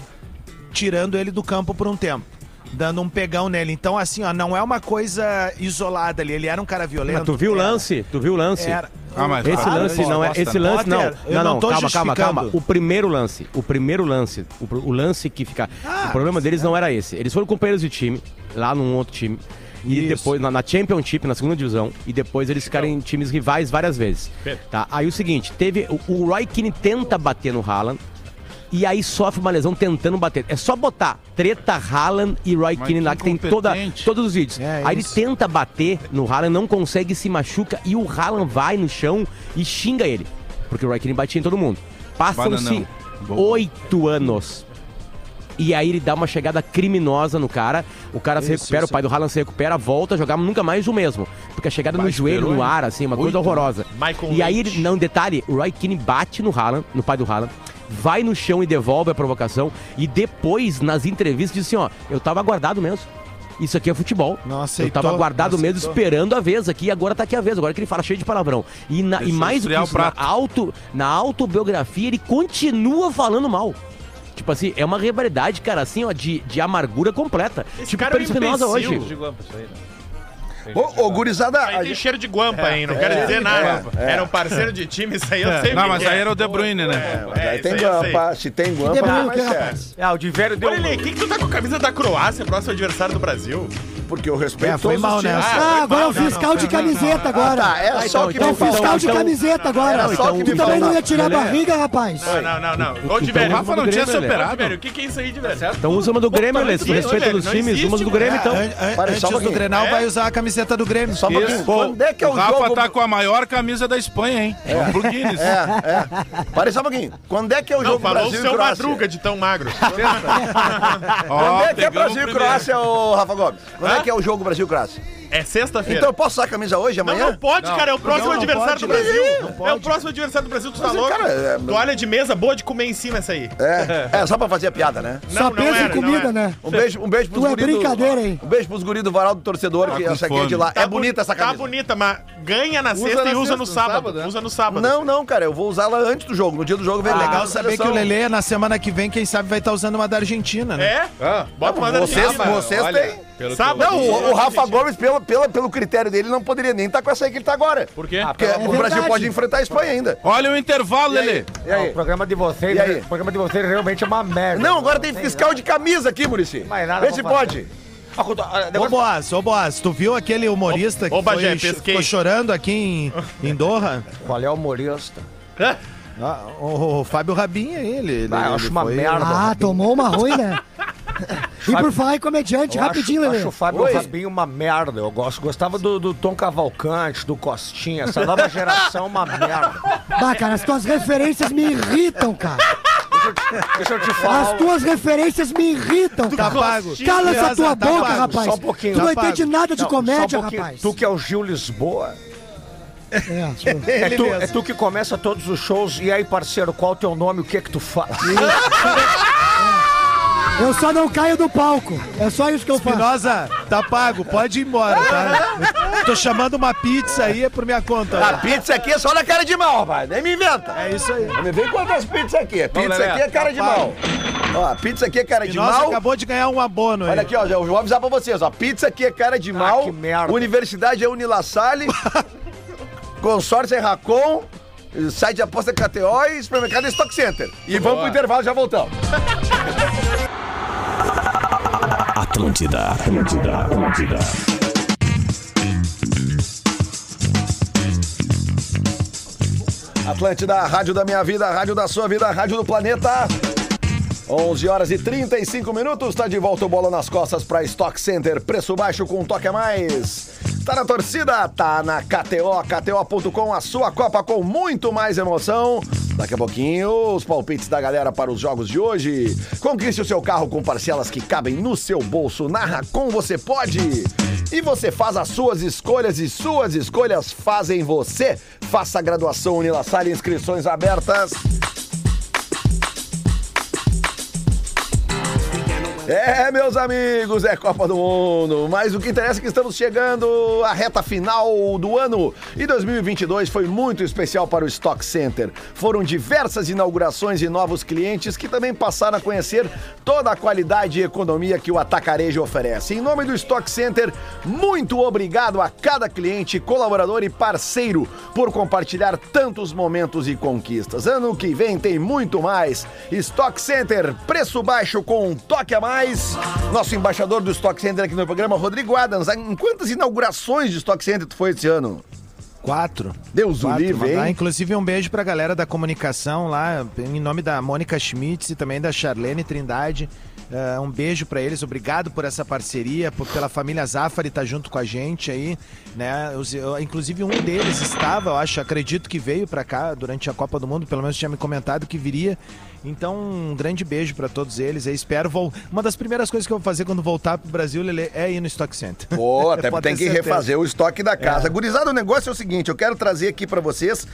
tirando ele do campo por um tempo. Dando um pegão nele. Então, assim, ó, não é uma coisa isolada ali. Ele era um cara violento. Mas tu viu o era. lance? Tu viu o lance? Era. Ah, mas Esse Ah, lance eu não é. gosto, Esse né? lance não. Potter, eu Não, não não, tô calma, calma, justificando. calma. O primeiro lance. O primeiro lance. O, pr- o lance que fica. Ah, o problema deles não era esse. Eles foram companheiros de time, lá num outro time. E Isso. Então. depois, na, na Championship, na segunda divisão, e depois eles ficaram em times rivais várias vezes. Tá? Aí o seguinte, teve. O, o Roy Keane tenta bater no Haaland. E aí sofre uma lesão tentando bater. É só botar treta Haaland e Roy Mas Keane lá, que que tem toda, incompetente. todos os vídeos. É, aí ele isso. tenta bater no Haaland, não consegue, se machuca e o Haaland vai no chão e xinga ele. Porque o Raikkonen batia em todo mundo. Passam-se Bananão. Boa. oito anos. E aí ele dá uma chegada criminosa no cara. O cara se Isso, recupera, isso. o pai do Haaland se recupera, volta a jogar nunca mais o mesmo. Porque a chegada no Mas joelho, esperou, no hein? ar, assim, uma Oito. coisa horrorosa. Michael e aí, Leite. ele, não, detalhe, o Roy Keane bate no Haaland, no pai do Haaland, vai no chão e devolve a provocação. E depois, nas entrevistas, diz assim, ó, eu tava aguardado mesmo. Isso aqui é futebol. Não eu aceitou, tava aguardado não mesmo, aceitou. esperando a vez aqui, e agora tá aqui a vez. Agora que ele fala cheio de palavrão. E, na- e Deixa eu mais do que esfriar o isso, na, prato. auto, na autobiografia, ele continua falando mal. Tipo assim, é uma rivalidade, cara, assim, ó, de, de amargura completa. Esse tipo, cara é um Pereira Espinosa imbecil. hoje. né? Ô, ô, gurizada. a Aí tem gente- cheiro de guampa ainda, não quero dizer nada. Era um parceiro de time, isso aí eu sei Não, bem mas que é. aí era o De Bruyne, né? É, Aí isso tem aí eu sei. guampa. Se tem guampa, Debrinho, não é que sério. rapaz. Ah, o Diverio deu Olha ele, o que, que tu tá com a camisa da Croácia, próximo adversário do Brasil? Porque eu respeito É, foi todos mal os times. nessa. Ah, agora é o Não, não, fiscal de camiseta agora. tá, é Ah, só então, o que então É me o falta. fiscal de Então- camiseta agora. Era só o que Tu também me não ia faltava. tirar a Lelé. barriga, rapaz. Não, não, não, não. Ô, de O velho. Rafa não tinha Grêmio, né? superado. o que, que é isso aí, de velho? Então usa uma do Grêmio, Lê, se tu Também, respeita né, dos não times, existe, uma do né? Grêmio, então. An- an- Para, antes só um do pouquinho. Grenal, É? vai usar a camiseta do Grêmio. Só um pouquinho. Quando é que é O o Rafa jogo? tá com a maior camisa da Espanha, hein? É. Vamos pro Guinness. É, é. Para aí só um pouquinho. Quando é que é o Não, jogo falou o Brasil e seu Croácia? Madruga de tão magro. Ó, Quando é que pegamos o é Brasil e primeiro. Croácia, ô Rafa Gomes? Quando é Hã? que é o jogo Brasil e Croácia? É sexta-feira. Então eu posso usar a camisa hoje, Não, amanhã? não pode, cara. É o próximo não adversário pode, do mas Brasil. aí- É o próximo adversário do Brasil, tu tá Mas, louco? cara, é- Toalha de mesa boa de comer em cima essa aí. É, é só pra fazer a piada, né? Só pensa em era, não comida, era. né? Um beijo, um beijo pros Tu é guri do- brincadeira, hein? Um beijo pros guri do Varal do Torcedor, que com essa aqui é de fome. lá. Tá é boni- bonita essa camisa. Tá bonita, mas ganha na sexta na e usa sexta, no no sábado. sábado, né? Usa no sábado. Não, não, cara, eu vou usá-la antes do jogo, no dia do jogo. vem É legal legal saber que o Lelê, na semana que vem, quem sabe vai estar usando uma da Argentina, né? É? Bota uma da Ah. Vocês, Argentina. vocês têm. Sábado. Não, o, o é Rafa Gomes, pela, pela, pelo critério dele, não poderia nem estar com essa aí que ele tá agora. Por quê? Porque o verdade. Brasil pode enfrentar a Espanha ainda. Ah, Olha o intervalo, Lelê. E aí? Ah, O programa de vocês, E aí? o programa de vocês realmente é uma merda. Não, agora tem fiscal de camisa aqui, Murici. Mais nada Vê se pra fazer. pode. ah, Ô, Boas, ô, Boas, tu viu aquele humorista ô, que foi, Bagé, cho- pesquei. ficou chorando aqui em, em Doha? Qual é o humorista? Ah, o, o Fábio Rabinha, ele. ele Ah, eu ele acho uma merda. Ah, tomou uma ruim, (laughs) né? E por falar em comediante, Eu rapidinho, acho, Lelê. acho o Fábio Rabinho uma merda. Eu gosto. Gostava do, do Tom Cavalcante, do Costinha. Essa nova geração é uma merda. Bah, cara, as tuas referências me irritam, cara. Deixa eu te falar. um- As tuas referências me irritam, Tá cara. pago. Cala essa Beleza, tua tá boca, pago. rapaz. Só um pouquinho. Tu não Tá entende pago. nada de Não, só comédia, um pouquinho. rapaz. Tu que é o Gil Lisboa. É, tipo, É Ele tu, mesmo. é tu que começa todos os shows. E aí, parceiro, qual o teu nome? O que é que tu faz? eu só não caio do palco. É só isso que eu faço. Espinosa, tá pago, pode ir embora, tá? Tô chamando uma pizza aí, é por minha conta. A pizza aqui é só na cara de mal, rapaz. Nem me inventa. É isso aí. Não me vem com outras pizzas aqui. Pizza aqui é cara de mal. Ó, pizza aqui é cara de Espinosa mal. acabou de ganhar um abono aí. Olha aqui, ó, já vou avisar pra vocês, ó. Pizza aqui é cara de mal. Ah, que merda. Universidade é (laughs) Unilassale. consórcio é Racon. Site de aposta é KTO e supermercado é Stock Center. E vamos pro intervalo, já voltamos. (laughs) Atlântida, Atlântida, Atlântida. Atlântida, a rádio da minha vida, a rádio da sua vida, a rádio do planeta. 11 horas e 35 minutos, tá de volta o Bola nas Costas pra Stock Center. Preço baixo com um toque a mais. Tá na torcida, tá na KTO, KTO.com, a sua Copa com muito mais emoção. Daqui a pouquinho, os palpites da galera para os jogos de hoje. Conquiste o seu carro com parcelas que cabem no seu bolso. Na Racon você pode. E você faz as suas escolhas e suas escolhas fazem você. Faça a graduação Unila Salle, inscrições abertas. É, meus amigos, é Copa do Mundo, mas o que interessa é que estamos chegando à reta final do ano e 2022 foi muito especial para o Stock Center. Foram diversas inaugurações e novos clientes que também passaram a conhecer toda a qualidade e economia que o atacarejo oferece. Em nome do Stock Center, muito obrigado a cada cliente, colaborador e parceiro por compartilhar tantos momentos e conquistas. Ano que vem tem muito mais. Stock Center, preço baixo com um toque a mais. Nosso embaixador do Stock Center aqui no programa, Rodrigo Adams. Em quantas inaugurações de Stock Center tu foi esse ano? Quatro. Deus o Quatro, livre, mandar, hein? Inclusive, um beijo pra galera da comunicação lá, em nome da Mônica Schmitz e também da Charlene Trindade. Eh, um beijo pra eles, obrigado por essa parceria, por- pela família Zafari tá junto com a gente aí, né? Os- eu- inclusive um deles estava, eu acho, acredito que veio pra cá durante a Copa do Mundo, pelo menos tinha me comentado que viria. Então, um grande beijo pra todos eles. Eu espero vol- uma das primeiras coisas que eu vou fazer quando voltar pro Brasil, Lelê, é ir no Stock Center. (laughs) Pô, até Pode tem que ter certeza. refazer o estoque da casa. Gurizada, o negócio é o seguinte, eu quero trazer aqui pra vocês.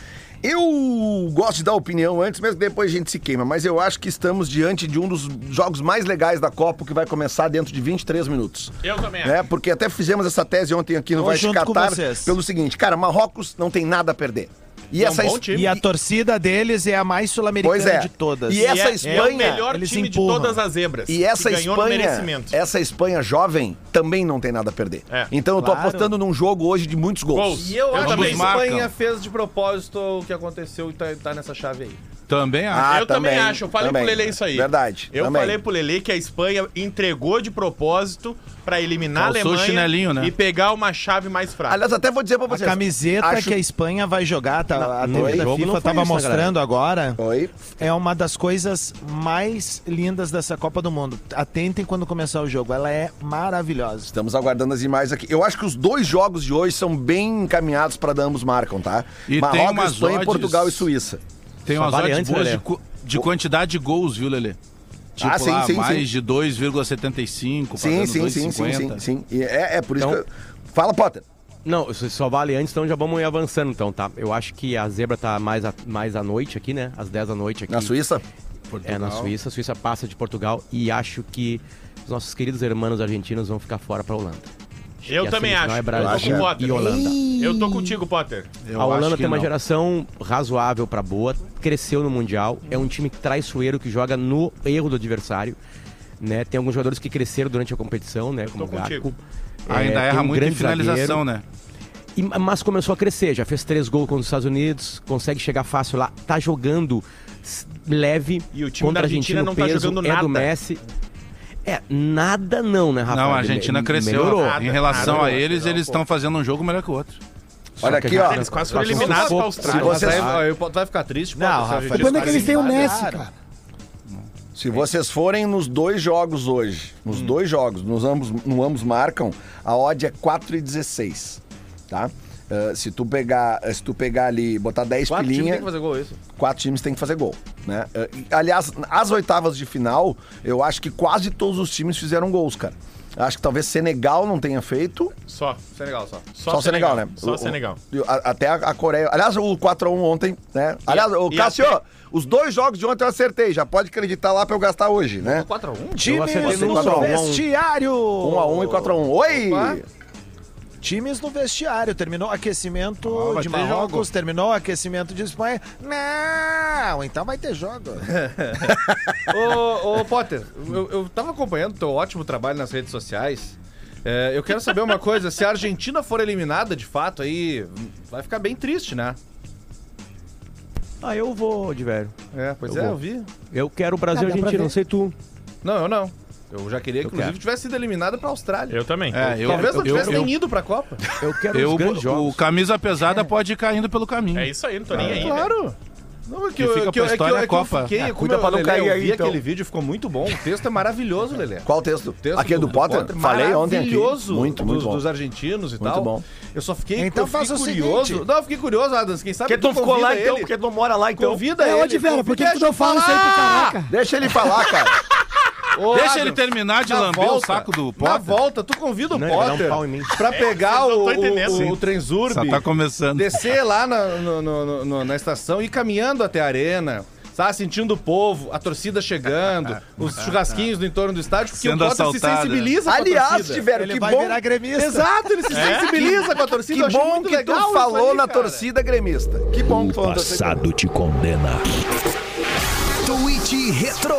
Eu gosto de dar opinião antes, mesmo que depois a gente se queima, mas eu acho que estamos diante de um dos jogos mais legais da Copa, que vai começar dentro de 23 minutos. Eu também É, porque até fizemos essa tese ontem aqui no Tô Vai Se junto com Catar, vocês. pelo seguinte, cara, Marrocos não tem nada a perder. E É um essa bom es- time. E a torcida deles é a mais Pois sul-americana é. de todas. E essa é, Espanha, é o melhor eles time empurram. de todas as zebras. E essa que ganhou no Espanha, é merecimento. essa Espanha jovem também não tem nada a perder. É, então eu tô claro. apostando num jogo hoje de muitos gols. Gols. E eu, Eu acho que a também. Espanha fez de propósito o que aconteceu e tá, tá nessa chave aí. Também acho. Ah, eu também, também, acho, eu falei também. pro Lele isso aí. Verdade, Eu também. falei pro Lele que a Espanha entregou de propósito pra eliminar Calçou a o Alemanha chinelinho, né? e pegar uma chave mais fraca. Aliás, até vou dizer pra A vocês. camiseta acho- que a Espanha vai jogar, tá, a não, TV o da jogo não FIFA foi tava isso, né, mostrando agora, Oi. é uma das coisas mais lindas dessa Copa do Mundo. Atentem quando começar o jogo, ela é maravilhosa. Estamos aguardando as imagens aqui. Eu acho que os dois jogos de hoje são bem encaminhados pra dar ambos marcam, tá? E tem Marrocos, umas Espanha, odds. Portugal e Suíça. Tem Só umas vale odds antes, boas Lelê. de, cu- de quantidade de gols, viu, Lelê? Tipo Ah, sim, lá, sim, mais sim. de 2,75, Sim, pagando sim, sim, sim, 2,50. sim, sim. E é, é por isso Então- que eu... Fala, Potter. Não, isso só vale antes, então já vamos ir avançando, então, tá? Eu acho que a zebra tá mais, a, mais à noite aqui, né? Às 10 da noite aqui. Na Suíça? É, na Suíça. A Suíça passa de Portugal e acho que os nossos queridos irmãos argentinos vão ficar fora pra Holanda. eu E a também semifinal acho. é eu tô com Brasil o Potter. e Holanda. Eu tô contigo, Potter. Eu a acho Holanda que tem uma não. geração razoável pra boa, cresceu no Mundial, é um time traiçoeiro que joga no erro do adversário. Né? Tem alguns jogadores que cresceram durante a competição, né? Como o Garco. contigo. Ainda É, tem erra um muito em grande zagueiro. finalização, né? E- mas começou a crescer, já fez três gols contra os Estados Unidos, consegue chegar fácil lá, tá jogando s- leve. E o time contra da a Argentina Argentina não o tá peso jogando É do nada. Messi. É, nada não, né, Rafael? Não, a Argentina Me- cresceu. Ah, melhorou. Em relação Nada, a eles, não, eles pô. estão fazendo um jogo melhor que o outro. Só Olha que aqui, a ó. Eles quase foram eliminados pra Austrália. Se é, vocês- vai ficar triste, Não, Paulo, se a Rafa, gente- o problema é que eles têm o Messi, Claro. cara. Se vocês forem nos dois jogos hoje, nos dois jogos, nos ambos, no ambos marcam, a odd é 4,16, tá? Ah, se tu pegar, se tu pegar ali, botar 10 Quatro times pilinha, tem que fazer gol, isso. quatro times tem que fazer gol, né? Ah, e, aliás, as oitavas de final, eu acho que quase todos os times fizeram gols, cara. Acho que talvez Senegal não tenha feito, Só. Senegal, só. só, o Senegal, né? Só O- o- Senegal. e o- a- até a, a Coreia. Aliás, o 4x1 ontem, né? Aliás, o e Cássio, os dois jogos de ontem eu acertei. Já pode acreditar lá pra eu gastar hoje, né? 4x1? Eu acertei Times no no 4x1. vestiário! 1x1 e 4x1. Oi! Opa. um. Times no vestiário. Terminou o aquecimento vai de ter Marrocos, jogo. terminou o aquecimento de Espanha. Não! Então vai ter jogo. ô, ô, Potter, eu, eu tava acompanhando teu ótimo trabalho nas redes sociais. É, eu quero saber uma coisa: se a Argentina for eliminada de fato, aí vai ficar bem triste, né? Ah, eu vou de velho. É, pois Eu é, vou. eu vi. Eu quero o Brasil Ah, e dá pra Argentina, ver. não sei tu. Não, eu não. Eu já queria que, inclusive, quero. tivesse sido eliminada pra Austrália. Eu também. É, Talvez eu- não eu- tivesse eu- nem ido pra Copa. Eu Eu, o camisa pesada É. pode ir caindo pelo caminho. É isso aí, né? não tô nem aí, Claro. Não, é Que que, eu- fica é que, pra eu- é que, história eu- é que eu Copa. fiquei, É, como cuida eu- pra não Lelê, cair eu aí, vi então. aquele vídeo, ficou muito bom. O texto é maravilhoso, Lelê. Qual o texto? é Aquele do Potter? Falei ontem aqui. Maravilhoso Muito, muito dos, bom. dos argentinos e Muito tal. bom. Eu só fiquei, Então eu fiquei faça o curioso. seguinte. Não, eu fiquei curioso, Adams. Quem sabe Porque tu não ficou convida lá, então? ele. (laughs) é Porque tu não mora lá, então? Convida É, ele. ô, de Vera, por que convida- que tu não fala isso aí pro Caraca? Deixa ele falar, cara. (laughs) Ô, Deixa Adams, ele terminar de na lamber volta- o saco do Na Potter. volta, tu convida o Não, ele vai dar um Potter pau em mim. pra (laughs) pegar vocês não o, tão entendendo. o, Sim. o Transurb. Só tá começando. Descer lá na, no- no- no- no- na estação e ir caminhando até a arena. Tá sentindo o povo, a torcida (laughs) chegando, os churrasquinhos no entorno do estádio, porque Sendo o Potter se assaltado, né? sensibiliza com a Aliás, torcida. tiveram que bom. Exato, ele se sensibiliza com a torcida. eu É? Que achei bom muito que legal tu isso falou aí, na cara. torcida gremista. Que bom que tu falou na torcida Passado te condena. Twitch Retro.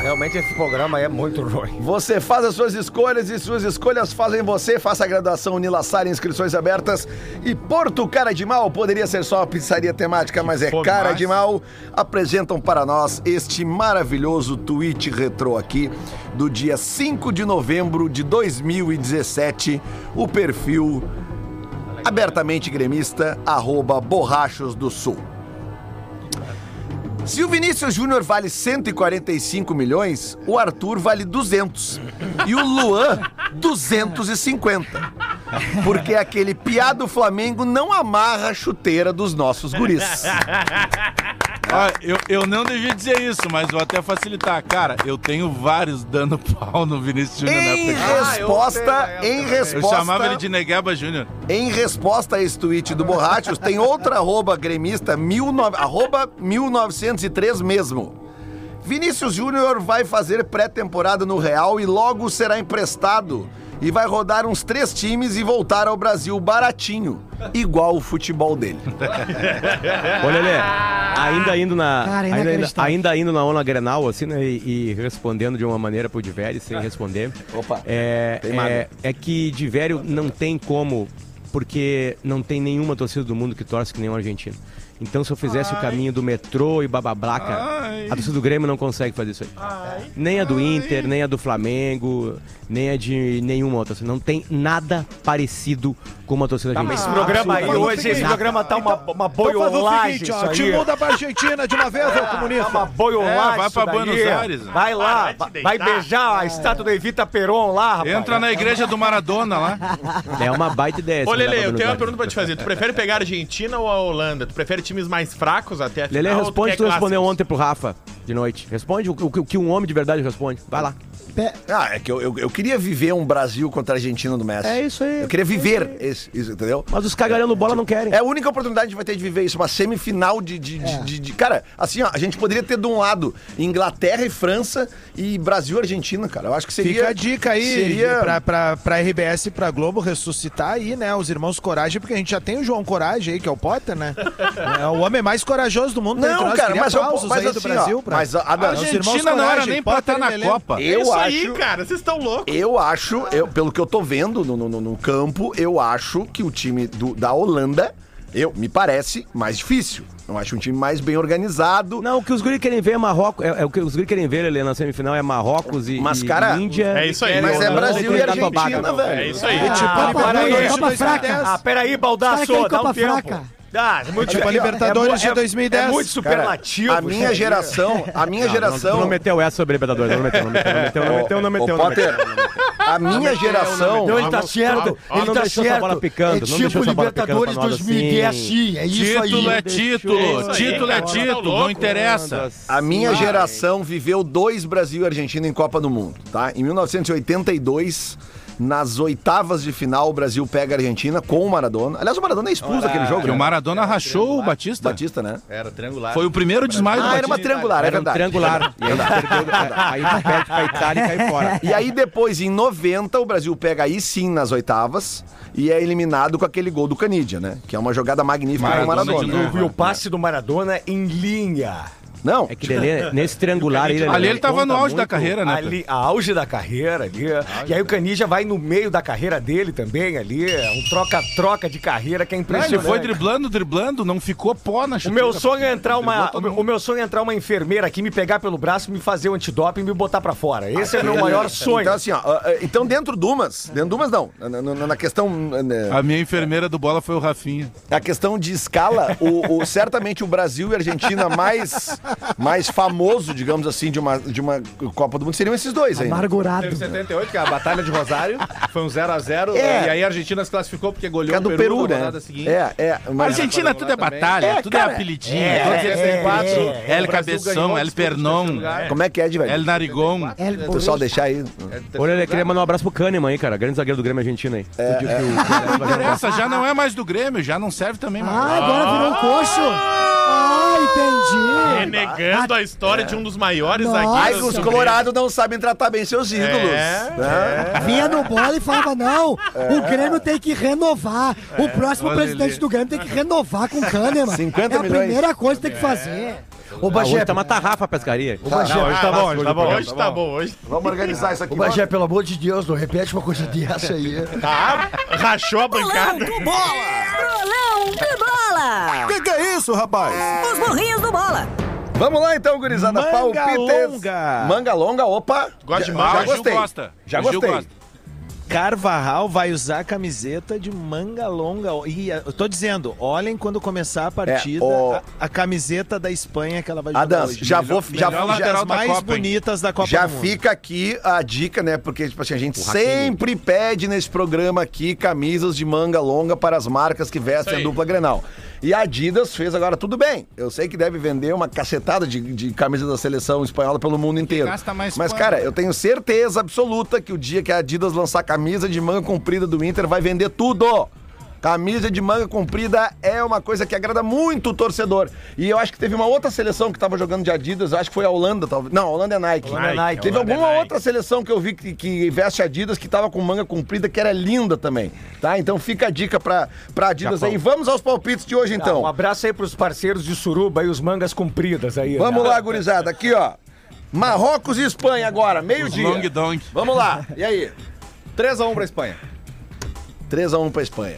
Realmente esse programa é muito ruim. Você faz as suas escolhas e suas escolhas fazem você. Faça a graduação Unila Sara, inscrições abertas. E Porto Cara de Mal poderia ser só uma pizzaria temática, mas é fome, Cara mas- de Mal. Apresentam para nós este maravilhoso tweet retrô aqui do dia 5 de novembro de 2017. O perfil abertamente gremista, arroba Borrachos do Sul. Se o Vinícius Júnior vale 145 milhões, o Arthur vale 200. E o Luan, 250. Porque aquele piado Flamengo não amarra a chuteira dos nossos guris. Ah, eu, eu não devia dizer isso, mas vou até facilitar. Cara, eu tenho vários dando pau no Vinícius Júnior na Em época. resposta, em Ah, Eu resposta. chamava ele de Negueba Júnior. Em resposta a esse tweet do Borrachos, tem outra arroba gremista, 19, arroba 1903 mesmo. Vinícius Júnior vai fazer pré-temporada no Real e logo será emprestado. E vai rodar uns três times e voltar ao Brasil baratinho, igual o futebol dele. Ô, Lelê, Ah. ainda indo na. Cara, é ainda, ainda, inacreditável. ainda indo na onda Grenal, assim, né? E, e respondendo de uma maneira pro Divério sem responder. Opa. É, Tem mago. é, é que Divério não tem como, porque não tem nenhuma torcida do mundo que torce que nem um argentino. Então, se eu fizesse o caminho do metrô e babablaca, a torcida do Grêmio não consegue fazer isso aí. Nem a do Inter, nem a do Flamengo, nem a de nenhuma outra. torcida. Não tem nada parecido com uma torcida Ah, Tá, mas argentina. esse programa aí Absolutamente hoje, esse nada. programa tá uma, Então, uma boiolagem seguinte, isso ó, aí. É, tá te muda pra Argentina de uma vez, ô comunista. Uma boiolagem É, vai pra isso daí. Buenos Aires. Vai lá, Ah, vai te vai deitar. beijar a estátua do Evita Peron lá, rapaz. Entra na igreja do Maradona lá. É uma baita ideia. Ô, essa Lele, mandar pra eu tenho uma Buenos pergunta pra te fazer. Tu prefere pegar a Argentina ou a Holanda? Tu prefere times mais fracos até a final? Lelê, ou tu é responde o quer que tu respondeu clássicos? ontem pro Rafa de noite. Responde o, o- o que um homem de verdade responde. Vai lá. Ah, é que eu, eu, eu queria viver um Brasil contra a Argentina do Messi. É isso aí. Eu queria viver esse- isso, entendeu? Mas os cagarando bola não querem. É a única oportunidade que a gente vai ter de viver isso, uma semifinal de. de, É. de- de- de- cara, assim, ó, a gente poderia ter de um lado Inglaterra e França e Brasil e Argentina, cara. Eu acho que seria. Fica a dica aí Seria. pra, pra, pra RBS e pra Globo ressuscitar aí, né? Os irmãos Coragem, porque a gente já tem o João Coragem aí, que é o Potter, (laughs) né? É o homem mais corajoso do mundo. tá entre Não, nós. cara, Queria mas, eu, aplausos mas aí do assim, Brasil ó, pra- mas a, a, Ah, os irmãos Coragem, Potter e Lelê. Eu É isso acho, aí, cara. Vocês estão loucos. Eu acho, eu, pelo que eu tô vendo no, no- no- no campo, eu acho que o time do- da Holanda Eu, me parece mais difícil. Eu acho um time mais bem organizado. Não, o que os guri querem ver é Marrocos. É, é o que os guri querem ver, Lelê, na semifinal é Marrocos e, Mas, e cara, Índia. É isso aí. Mas é Não Brasil vão e tentar tua Argentina, baga, não. velho. É isso aí. Ah, É tipo, Copa para aí. Dura, Ah, Copa fraca. Ah, peraí, Os caras Baldasso, querem dá um Copa tempo. fraca. Dá, é muito Aqui, ó, é- Libertadores é- de 2010. É muito Cara, superlativo. a minha geração, a minha Não, geração, não meteu essa sobre Libertadores, não meteu, não meteu, não meteu, não um meteu, não meteu. Ô, não Potter, meteu. a um minha geração, Não, ele tá não, certo. ó, ó, Ele não tá deixou essa certo. bola picando, É não tipo deixou essa bola picando Libertadores pra nós assim. 2010 É isso aí. Título é título, É isso aí, título é cara, tá título, louco. não interessa. a minha geração viveu dois Brasil e Argentina em Copa do Mundo, tá? Em 1982, nas oitavas de final, o Brasil pega a Argentina com o Maradona. Aliás, o Maradona é expulso daquele jogo, Que né? o Maradona rachou o Batista. Batista, né? Era triangular. Foi o primeiro desmaio do Ah, Batista. era uma triangular, é Era um verdade. triangular. E aí perdeu, aí perde pra Itália e cai (laughs) fora. E aí depois, em 90, o Brasil pega aí sim nas oitavas e é eliminado com aquele gol do Canidia, né? Que é uma jogada magnífica do Maradona né? de Maradona. novo. E o passe do Maradona em linha. Não, É que Lelê, nesse triangular aí, Lelê, Ali ele tava conta no auge da muito. carreira, né? Pedro? Ali, a auge da carreira ali. E aí o Canija vai no meio da carreira dele também ali. É Um troca-troca de carreira que é Ele impressionante. foi driblando, driblando, não ficou pó na O chuteira. meu sonho é entrar uma, Driblou o todo meu, o mundo. meu sonho é entrar uma enfermeira aqui, me pegar pelo braço, me fazer o antidoping e me botar pra fora. Esse é o meu maior sonho. Então, assim, ó, ah, ah, então dentro do Umas, dentro do Umas não, na, na- na questão, né, A minha enfermeira do bola foi o Rafinha. na questão de escala, o, o- certamente o Brasil e a Argentina mais, mais famoso, digamos assim, de uma, de uma Copa do Mundo seriam esses dois aí. Amargurado. Teve 78, que é a Batalha de Rosário. Foi um 0x0. É. E aí a Argentina se classificou porque Que goleou é o do um Peru, Peru, na né? rodada seguinte. É, é. Mas, Argentina, tudo é batalha, tudo é apelidinho. Então, assim, todos eles é, têm quatro. El Cabeção, El Pernon, como é que é, de El velho? Narigon. É, O pessoal deixar aí. Ô, Lelê, queria mandar um abraço pro Kahneman aí, cara. Grande zagueiro do Grêmio Argentina aí. O dia que o- Não interessa, já não é mais do Grêmio, já não serve também Ah, mais. agora virou um coxo. é Ah, entendi. Renegando a história de um dos maiores Nossa. Ai, é zagueiros. os do colorados não sabem tratar bem seus ídolos. É, né? Vinha no bola e falava: não, o Grêmio tem que renovar. O próximo Olha presidente ali. do Grêmio tem que renovar com o Kahneman. 50 é a milhões. primeira coisa que tem que fazer. Ô, Ah, Bagé, hoje tá uma tarrafa a pescaria. Grêmio. Não, hoje ah, tá bom, hoje tá bom. Hoje tá bom, hoje. Vamos organizar isso aqui. Ô, Bagé, pelo amor de Deus, não repete uma É. coisa dessa aí. Tá, rachou a bancada. Bolão de bola! que, que é isso, rapaz? Os burrinhos do bola! (laughs) Vamos lá então, gurizada. Manga Palpites. longa. Manga longa, opa. Gosto de Já- Já manga. O Gil gostei. gosta. Já O Gil gostei. gosta. Carvajal vai usar camiseta de manga longa. E eh, eu tô dizendo, olhem quando começar a partida, ó. a, a camiseta da Espanha que ela vai jogar É, Adams, hoje. já vou. Já, melhor já, lateral As da mais Copa, hein? bonitas da Copa já do Mundo. fica aqui a dica, né? Porque, tipo assim, a gente sempre pede nesse programa aqui camisas de manga longa para as marcas que vestem a dupla Grenal. E a Adidas fez agora tudo bem. Eu sei que deve vender uma cacetada de, de camisas da seleção espanhola pelo mundo inteiro. gasta mais Mas, pano. cara, É, eu tenho certeza absoluta que o dia que a Adidas lançar camisa de manga comprida do Inter vai vender tudo. Camisa de manga comprida é uma coisa que agrada muito o torcedor. E eu acho que teve uma outra seleção que tava jogando de Adidas, eu acho que foi a Holanda, talvez. Não, a Holanda é Nike. Holanda é Nike, Teve Holanda é alguma Nike. outra seleção que eu vi que, que veste Adidas que tava com manga comprida, que era linda também. Tá? Então fica a dica pra, pra Adidas aí. Vamos aos palpites de hoje, Tá, então. um abraço aí pros parceiros de Suruba e os mangas compridas aí. Vamos né? lá, gurizada. Aqui, ó. Marrocos e Espanha agora, Long meio-dia. Dong. Vamos lá. E aí? 3x1 pra Espanha. 3x1 pra Espanha.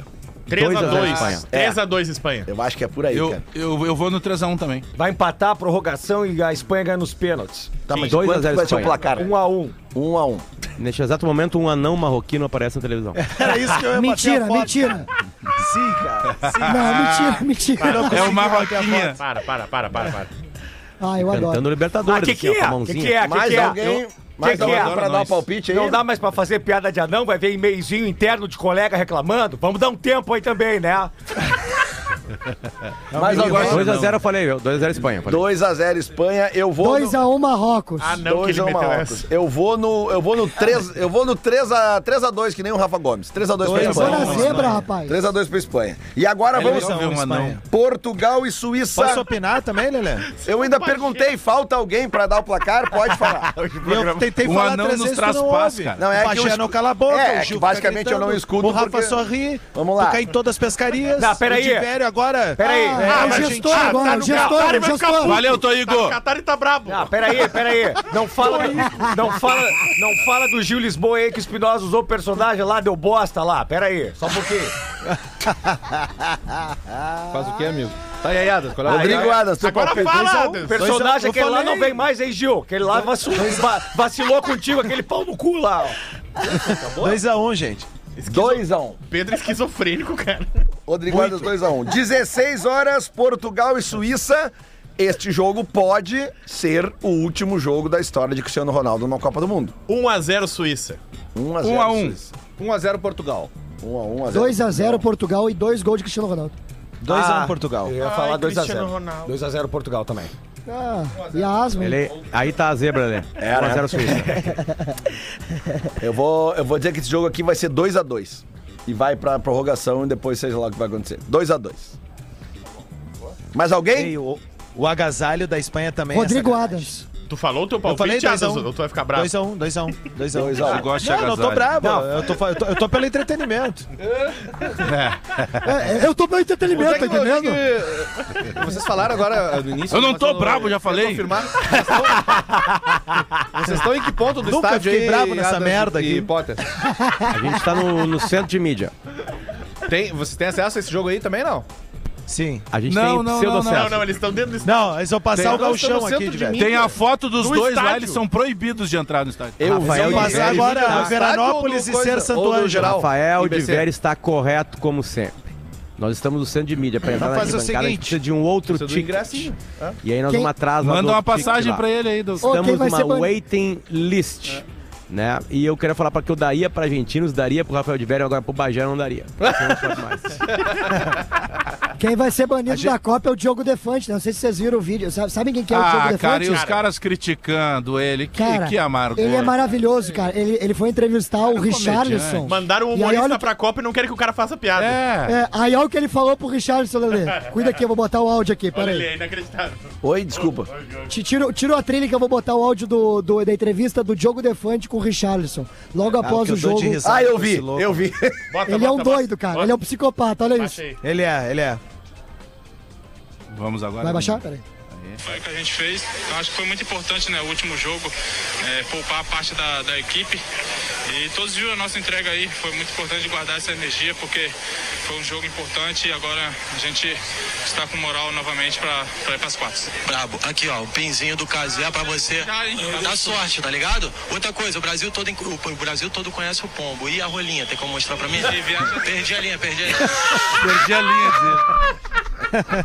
2 a 3x2. Espanha. É. 3x2 Espanha. Eu acho que é por aí, Eu, cara. eu, eu vou no 3x1 também. Vai empatar a prorrogação e a Espanha ganha nos pênaltis. Tá, mas Dois a quanto zero vai ser o Espanha. placar? 1x1. Um a um. 1x1. Neste exato momento, um anão marroquino aparece na televisão. Era (laughs) isso que eu ia bater a Mentira, foto. mentira. Sim, cara. Não, mentira, mentira. É o Marroquinha. Para, para, para, para, para. Ah, eu adoro. Cantando Libertadores, Ah, que assim, que ó, com a é? mãozinha. Que que é? Que Mais que é? alguém... Eu- Mais que que alguém é? pra dar o Nós. palpite aí? Não dá mais pra fazer piada de anão, vai ver e-mailzinho interno de colega reclamando. Vamos dar um tempo aí também, É né? mais alguém? 2x0 eu falei, 2x0 Espanha. falei. 2x0 Espanha. Eu vou... no- 2x1 Marrocos. Ah, não, que Dois ele a um meteu Marrocos. essa. Eu vou no eu vou no 3, eu vou no 3 a 3 a 2 que nem o Rafa Gomes. 3 a 2 para Eu vou na Espanha. zebra, rapaz. 3 a 2 para Espanha. E agora É vamos legal ver um anão. Portugal e Suíça. Posso opinar também, Lelê? Eu ainda perguntei, falta alguém pra dar o placar? (laughs) Pode falar. Então, Eu tentei Um falar anão três nos vezes, tu traz não paz, ouve. cara. Não, é o que eu Bagé não escu- cala a boca, É, o Gil que basicamente fica eu não gritando, escuto O Rafa porque- sorri. Vamos lá. Tu cai em todas as pescarias. Não, peraí. O Tibério agora... Peraí. É, Ah, o gestor agora, o gestor, o gestor. Valeu, Toigo. O Catar tá brabo. Ah, peraí, peraí. Não fala, não fala, não fala do Gil Lisboa aí que o Espinosa usou o personagem lá, deu bosta lá. Peraí, só um pouquinho. Faz o quê, amigo? Tá e aí, Adas? Qual é o Rodrigo Adas, teu Agora palpite. fala, Dois a um. Adas. Personagem, Dois a- eu aquele lá falei. não vem mais, hein, Gil? Aquele lá vaci- va- vacilou contigo, aquele pau no cu lá, ó. 2x1, um, gente. 2x1. Pedro é esquizofrênico, cara. Rodrigo Adas 2x1. 16 horas, Portugal e Suíça. Este jogo pode ser o último jogo da história de Cristiano Ronaldo na Copa do Mundo. 1x0 Suíça. 1x0. 1x1. 1x0 Portugal. 1x1. 2x0 Portugal e 2 gols de Cristiano Ronaldo. 2 a 1 Ah, Portugal. Eu ia Ai, falar 2 a Cristiano 0. 2 a 0 Portugal também. Ah, e a asma. hein? Ele, aí tá a zebra, né? É, né? 1x0 Suíça. Eu vou, eu vou dizer que esse jogo aqui vai ser 2x2. E vai pra prorrogação e depois seja lá o que vai acontecer. 2x2. Mais alguém? o, o agasalho da Espanha também Rodrigo é sacanagem. Adams. Tu falou o teu Eu falei palpite, 2 a Adas, 1. ou tu vai ficar bravo? 2x1, 2x1, 2x1. Você gosta de Não, não tô agasalho. bravo. Não. Eu, tô, fa- eu, tô, eu tô pelo entretenimento. É, eu tô meio entretenimento, tá entendendo? Vocês falaram agora no início. Eu não mas tô bravo, já eu falei. quero confirmar. Vocês estão- (laughs) Vocês estão em que ponto do Nunca estádio fiquei aí, bravo nessa Adams merda e aqui. Potter? A gente tá no, no centro de mídia. Tem, você tem acesso a esse jogo aí também, não? Sim. A gente Não, tem não, não, pseudo não, um. Não, acesso. não, eles estão dentro do estádio. Não, eles vão passar o galchão aqui, de velho. Tem a foto dos No dois lá, estádio. eles são proibidos de entrar no estádio. Ah, Eu Eles vão passar agora um Estádio Veranópolis ou e do coisa- Ser Santo ou do Ângelo. geral? Rafael de IBC. Vera está correto, como sempre. Nós estamos no centro de mídia. Pra entrar na Vamos fazer o arquibancada, a gente seguinte. precisa de um outro Precisa do ticket. ingressinho. E aí nós Quem- vamos atrás lá do Manda uma outro ticket passagem um lá. pra ele aí, Douglas. Ô, quem Estamos vai ser numa banido? waiting list. Né? E eu queria falar pra que eu daria pra argentinos, daria pro Rafael de Vera, agora pro Bajé eu não daria. Eu não faço mais. Quem vai ser banido da Copa é o Diogo Defante. né? Não sei se vocês viram o vídeo. Sabe, sabem quem que é o Diogo Ah, Defante? cara, e os caras criticando ele. Que, Cara, que amargura. Ele é maravilhoso, cara. Ele, ele foi entrevistar o Richarlison. Mandaram um E aí, humorista olha o que- pra Copa e não querem que o cara faça piada. É. É, aí olha o que ele falou pro Richarlison, (laughs) Lelê. Cuida aqui, eu vou botar o áudio aqui, Olha ele, peraí. é inacreditável. Oi, desculpa. Ti- Tira, tira a trilha que eu vou botar o áudio do, do- da entrevista do Diogo Defante com o Richarlison. Logo após que o eu dou jogo. de risada. Ah, eu vi, Esse louco. eu vi. Bota, Ele é um bota, bota. doido, cara. Ele é um psicopata, olha isso. Baixa aí. Ele é, ele é. Vamos agora. Vai baixar? Peraí. que a gente fez. Eu acho que foi muito importante, né? O último jogo, é, poupar a parte da, da equipe. E todos viram a nossa entrega aí. Foi muito importante guardar essa energia, porque foi um jogo importante e agora a gente está com moral novamente para ir para as quartas. Brabo. Aqui, ó, o pinzinho do Casé pra você dar sorte, tá ligado? Outra coisa, o Brasil todo, o Brasil todo conhece o pombo. E a rolinha, tem como mostrar pra mim? Perdi a linha, perdi a linha. Perdi a linha dele.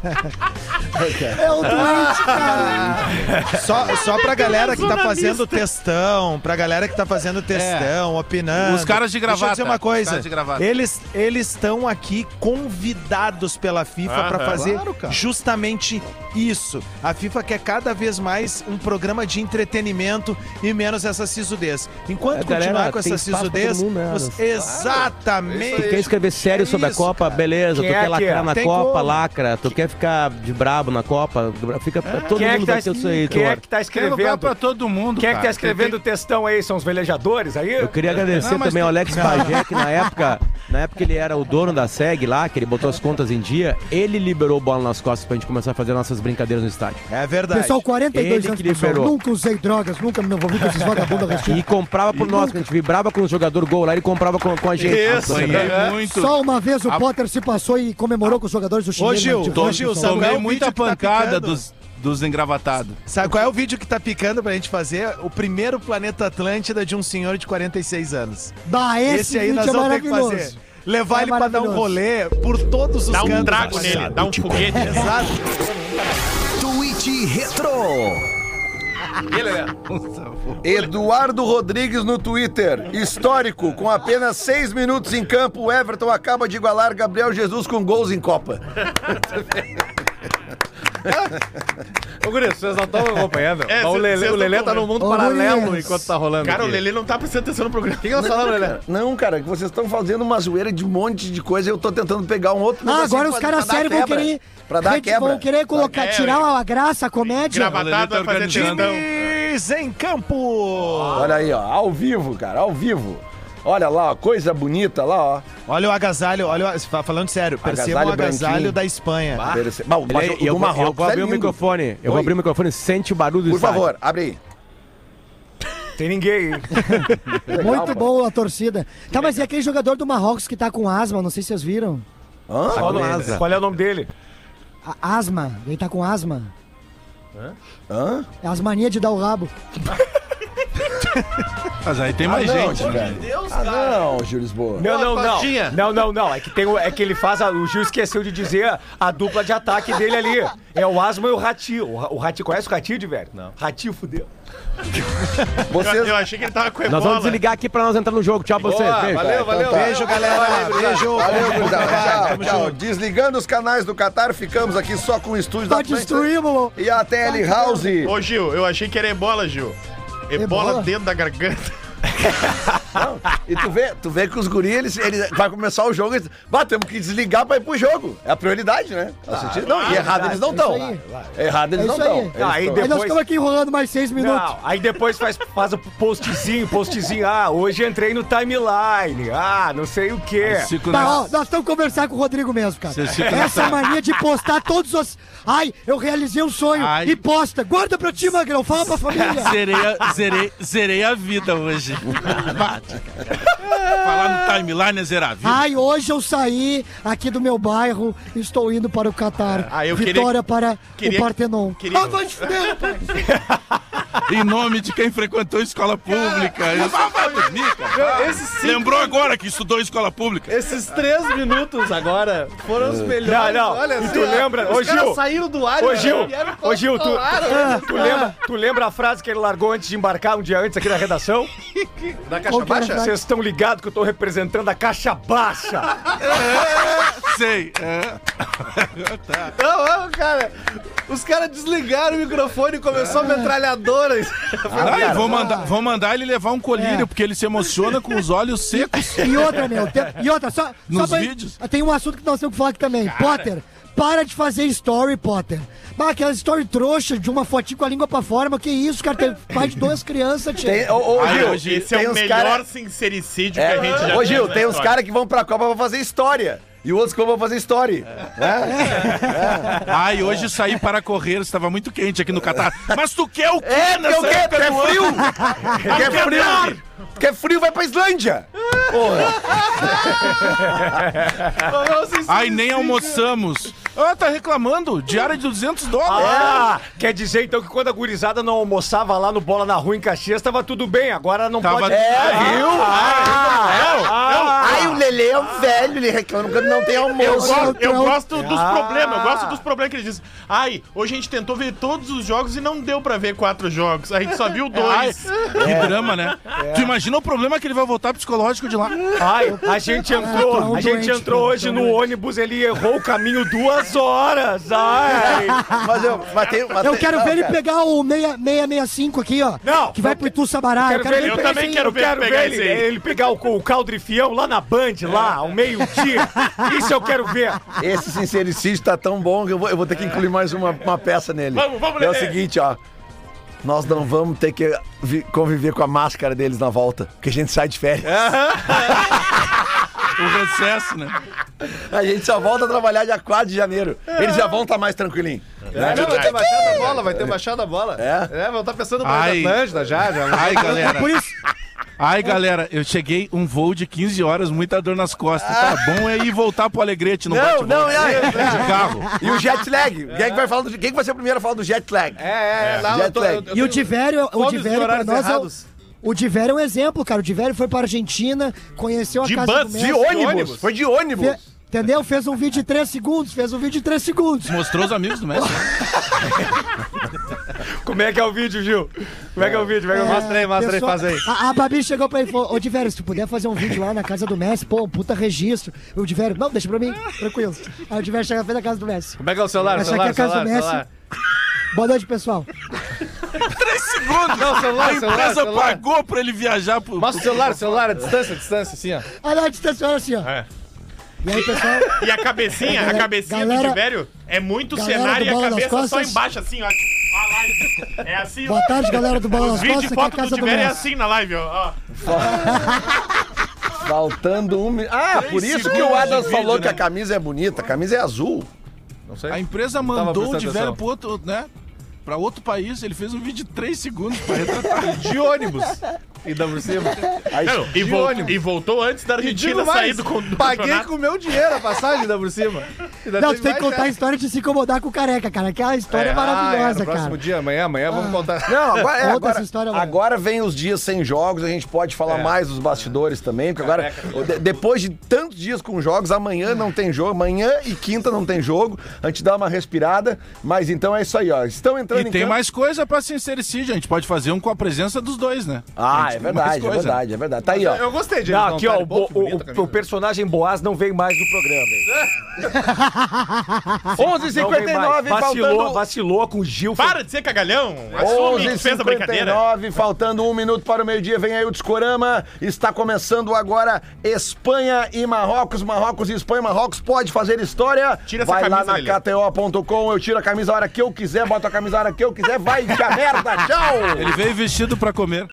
É o doente, cara. Só, só pra galera que tá fazendo textão, pra galera que tá fazendo textão, opinando. É. Os caras de Deixa eu gravata, dizer uma os coisa. caras de gravata. Eles eles estão aqui convidados pela FIFA pra fazer justamente isso. A FIFA quer cada vez mais um programa de entretenimento e menos essa sisudez. Enquanto É, continuar galera, com tem essa espaço pra sisudez, todo mundo, né, você- Anderson? exatamente. Tu quer escrever sério É sobre isso, a Copa? cara. Beleza. Quem tu é quer que lacrar é? na Tem Copa? como. Lacra. Tu quer ficar de brabo na Copa? Fica, todo Quem é que mundo tá, vai ter o seu aí, quem é Eduardo. que tá Quero dar pra escrevendo? todo mundo, Quem é que tá cara. escrevendo o textão aí? São os velejadores aí? Eu queria agradecer Não, mas também tu- ao Alex Pajé, que na época, na época ele era o dono da SEG lá, que ele botou as contas em dia, ele liberou o bola nas costas pra gente começar a fazer nossas brincadeiras no estádio. É verdade. Pessoal, 42 Ele anos, que pessoal. liberou. Nunca usei drogas, nunca me envolvi com esses vagabundos E argentinos. comprava por nós, que a gente vibrava com o jogador gol lá, ele comprava com, com a gente. tá Isso, Ganhei muito. Só uma vez o A- Potter se passou e comemorou com os jogadores do Chile. Ô, Gil, mas de ô, resto, Gil, pessoal, sabe- Tomei Samuel, o muita vídeo que tá pancada picando. dos, dos engravatados. Sabe qual é o vídeo que tá picando pra gente fazer? O primeiro Planeta Atlântida de um senhor de 46 anos. Bah, esse, Esse, aí vídeo nós é vamos ter que fazer. maravilhoso. Levar É ele pra dar um maravilhoso. rolê por todos os Dá cantos. um trago rapaziada. nele, dá um (laughs) foguete. É. Exato. Twitch Retro. né? Eduardo Rodrigues no Twitter. Histórico, com apenas seis minutos em campo, o Everton acaba de igualar Gabriel Jesus com gols em Copa. Ô, Guri, vocês não estão acompanhando. É, Mas o cês- Lelê, cês o Lelê não tão tá num mundo Ô, paralelo Gurias. enquanto tá rolando. Cara, o aqui. Lelê não tá prestando atenção no programa. O que que nós falamos, Lelê? Não, cara, é que vocês estão fazendo uma zoeira de um monte de coisa e eu tô tentando pegar um outro Ah, negocinho agora os pra- caras pra dar sérios vão quebra, querer. Pra dar vão quebra. querer colocar, É, tirar a graça, a comédia. Gravatado tá vai fazer organizando. testão. Times em campo. Olha aí, ó, ao vivo, cara, ao vivo. Olha lá, ó, coisa bonita lá, ó. Olha o agasalho, olha o... fa- Falando sério, perceba Agasalho o agasalho branquinho. da Espanha. Perce- Bah, o- Ele- é- mas o do eu, vou- eu Marrocos vou é abrir o lindo. microfone. Eu vou Oi. abrir o microfone, sente o barulho do Por estádio. favor, abre aí. Tem ninguém. Muito bom a torcida. Tá, mas e aquele jogador do Marrocos que tá com asma? Não sei se vocês viram. Hã? Qual, Qual é? é- qual é o nome dele? A- asma. Ele tá com asma. Hã? É as manias de dar o rabo. Mas aí tem Ah, mais não, gente, Gil. velho. Ah, não, Júlio Lisboa. Não, não, não. Não, não, não. É que, tem, o- é que ele faz. a- o Gil esqueceu de dizer a dupla de ataque dele ali. É o Asma e o Ratinho. O, Ra- o Ratinho. Conhece o Ratinho, de velho? Não. Ratinho fudeu. Eu, eu achei que ele tava com Nós ebola. vamos desligar aqui pra nós entrar no jogo. Tchau pra vocês. Boa, Beijo. valeu, valeu. Beijo, galera. Beijo. Então tá. Valeu, gurizada. Tchau, Tamo tchau. junto. Desligando os canais do Qatar, ficamos aqui só com o estúdio Tá da frente. E a TL House. Ô, Gil, eu achei que era ebola, Gil. Ebola, Ebola? dentro da garganta. E tu vê, tu vê que os guris, eles, eles vai começar o jogo, eles, bah, temos que desligar pra ir pro jogo. É a prioridade, né? Tá sentido? Não, e errado eles não estão. Errado eles É não isso estão. aí. Aí nós ficamos aqui enrolando mais seis minutos. Não, aí depois faz, faz o postzinho, postzinho. Ah, hoje entrei no timeline. Ah, não sei o quê. Tá, ó, nós estamos conversar com o Rodrigo mesmo, cara. Vocês ficam Essa nessa- mania de postar todos os. Ai, eu realizei um sonho e posta. Guarda pra ti, Magrão. Fala pra família. zerei, a, zerei, zerei a vida hoje. Bate, cara. Falar no timeline é zerar a vida. Ai, hoje eu saí aqui do meu bairro, estou indo para o Catar. Ah, eu queria- Vitória para queria- o Partenon. queria- Ah, vai te fuder, rapaz. Em nome de quem frequentou escola pública. Eu só vou dormir, cara. Não, esses cinco- Lembrou agora que estudou em escola pública? É. Esses três minutos agora foram os Não, melhores. não. Olha e assim, tu ó, lembra? Os Ô, caras Gil. saíram do ar. Ô, e Gil. vieram Ô, Gil, tu, colaram. tu, lembra, tu lembra a frase que ele largou antes de embarcar um dia antes aqui na redação? (laughs) Da caixa Qual que era a baixa? frase? Vocês estão ligados que eu tô representando a caixa baixa. (laughs) Sei. Não, não, cara. Os caras desligaram o microfone e começou a metralhadora. Caralho, vou mandar, vou mandar ele levar um colírio, porque ele se emociona com os olhos secos. E outra, meu. tem- E outra, só. só Nos pra- vídeos? Tem um assunto que nós temos que falar aqui também. Potter, para de fazer story, Potter. Bah, aquela story trouxa de uma fotinha com a língua pra fora, mas que isso, cara? Teve mais de duas crianças, tia. (laughs) Tem, ô, ô, Ai, Gil, hoje esse tem é o uns melhor cara- sincericídio É. que a gente já Ô, Gil, na tem uns história. caras que vão pra Copa pra fazer história. E outros que vão fazer story. Né? Ai, hoje saí para correr, estava muito quente aqui no Catar. Mas tu quer o quê É, porque nessa o quê? época Quer do ano? frio? Vai Quer quebrar! frio? Quer frio, vai pra Islândia. Ai, nem almoçamos. Ah, tá reclamando? Diária de 200 É? dólares. Ah, quer dizer então que quando a gurizada não almoçava lá no Bola na Rua em Caxias, tava tudo bem, agora não Tava pode... É? tudo bem. Ah, Ai, o Lelê é um velho, ele reclama quando não tem almoço. Eu gosto, eu gosto dos Ah. problemas, eu gosto dos problemas que ele diz. Ai, hoje a gente tentou ver todos os jogos e não deu pra ver quatro jogos. A gente só (laughs) É, viu dois. Que drama, né? Tu imagina o problema que ele vai voltar psicológico de lá. Ai, a gente entrou, a gente entrou hoje no ônibus, ele errou o caminho duas horas. Ai. Mas eu, mas tem, mas Eu tem- quero não, ver ele cara. pegar o 665 aqui, ó. Não, Que vai pro Itu Sabará. Quero ver ele- pegar esse aí. eu quero ver ele, ele pegar o, o caldo de fião lá na Band, lá, ao meio-dia. Isso eu quero ver. Esse sincericídio tá tão bom que eu vou, eu vou ter que incluir mais uma, uma peça nele. Vamos, vamos, É o Lelê. seguinte, ó. Nós não vamos ter que vi- conviver com a máscara deles na volta, porque a gente sai de férias. O recesso, né? A gente só volta a trabalhar dia 4 de janeiro. Eles já vão estar mais tranquilinhos. né? Não, vai ter baixado a bola, vai ter baixado a bola. É? É, vão estar pensando mais Ai. na Atlântida já. já. Ai, É galera. Por isso. Ai, galera, eu cheguei um voo de 15 horas, muita dor nas costas. Tá bom é ir voltar pro Alegrete, não Não, bate não, é, é. De carro. E o jet lag? Quem, é que vai falar do- quem que vai ser o primeiro a falar do jet lag? É, é, lá eu jet tô- lag. eu- eu E o Tiverio, o Todos Tiverio pra horários nós é o, errados. o Tiverio é um exemplo, cara. O Tiverio foi pra Argentina, conheceu a De casa bus, do de Messi. ônibus, foi de ônibus. Fe- entendeu? Fez um vídeo de 3 segundos, fez um vídeo de 3 segundos. Mostrou os amigos do Messi. Como é que é o vídeo, Gil? Como é que é o vídeo? Como é que é o vídeo? Mostra aí, mostra aí, Pessoa- faz aí. A, a Babi chegou pra ele e falou: Ô Diverio, se tu puder fazer um vídeo lá na casa do Messi, pô, um puta registro. E o Diverio, não, deixa pra mim, tranquilo. Aí o Diverio chega na frente da casa do Messi. Como é que é o celular? Essa Celular, aqui é a casa celular, do Messi. celular. Boa noite, pessoal. Três segundos. Não, celular, a empresa celular, celular. pagou pra ele viajar pro. Mostra o celular, celular, a distância, a distância, assim, ó. Olha a distância, olha assim, ó. É. E aí, pessoal? E a cabecinha, a Galera- cabecinha galera- do Tibério é muito galera do cenário e a Bola nas cabeça só Costas. embaixo, assim, ó. Ó, lá, É assim, Boa tarde, galera do Bola Os nas vídeos Costas, e aqui é a foto do casa do Tibério é Messi. assim na live, ó. Faltando um. mi- Ah, Três por isso que segundos o Adams de vídeo, falou que né? a camisa é bonita. A camisa é azul. Não sei. A empresa Não tava mandou o prestando Diverio atenção. pro outro, né? pra outro país, ele fez um vídeo de 3 segundos pra retratar. de ônibus. E dá por (laughs) cima. Não, e, de vol- ônibus. e voltou antes da E digo Argentina sair mais, do, con- do Paguei campeonato. com o meu dinheiro a passagem, dá por cima. Ainda Não, tu tem mais que contar a essa. história de se incomodar com o careca, cara. Aquela história é, ah, maravilhosa, no próximo cara. dia, amanhã, amanhã, Ah. vamos contar. Não, agora, é, Conta agora, essa história, mano. agora vem os dias sem jogos, a gente pode falar É. mais dos bastidores também, porque agora, de- depois de tantos dias com jogos, amanhã não tem jogo, amanhã e quinta não tem jogo, a gente dá uma respirada, mas então é isso aí, ó. Estão entrando E em tem campo- mais coisa pra sincericídio, a gente pode fazer um com a presença dos dois, né? A Ah, gente é tem mais verdade, é coisa. verdade, é verdade. Tá aí, ó. Eu gostei de Não, eles aqui, ó, o, montarem. Pô, bo- é que o, bonita né, a o, camisa. o personagem Boaz não vem mais no programa, hein? 11h59, vacilou, faltando- vacilou com o Gil. Para de ser cagalhão! Assume que fez a brincadeira. 11h59, faltando um minuto para o meio-dia, vem aí o Discorama. Está começando agora Espanha e Marrocos. Marrocos e Espanha, Marrocos pode fazer história. Tira essa vai camisa, lá Lelê. na KTO.com, eu tiro a camisa a hora que eu quiser, boto a camisa a hora que eu quiser, vai que a merda, tchau! Ele veio vestido pra comer.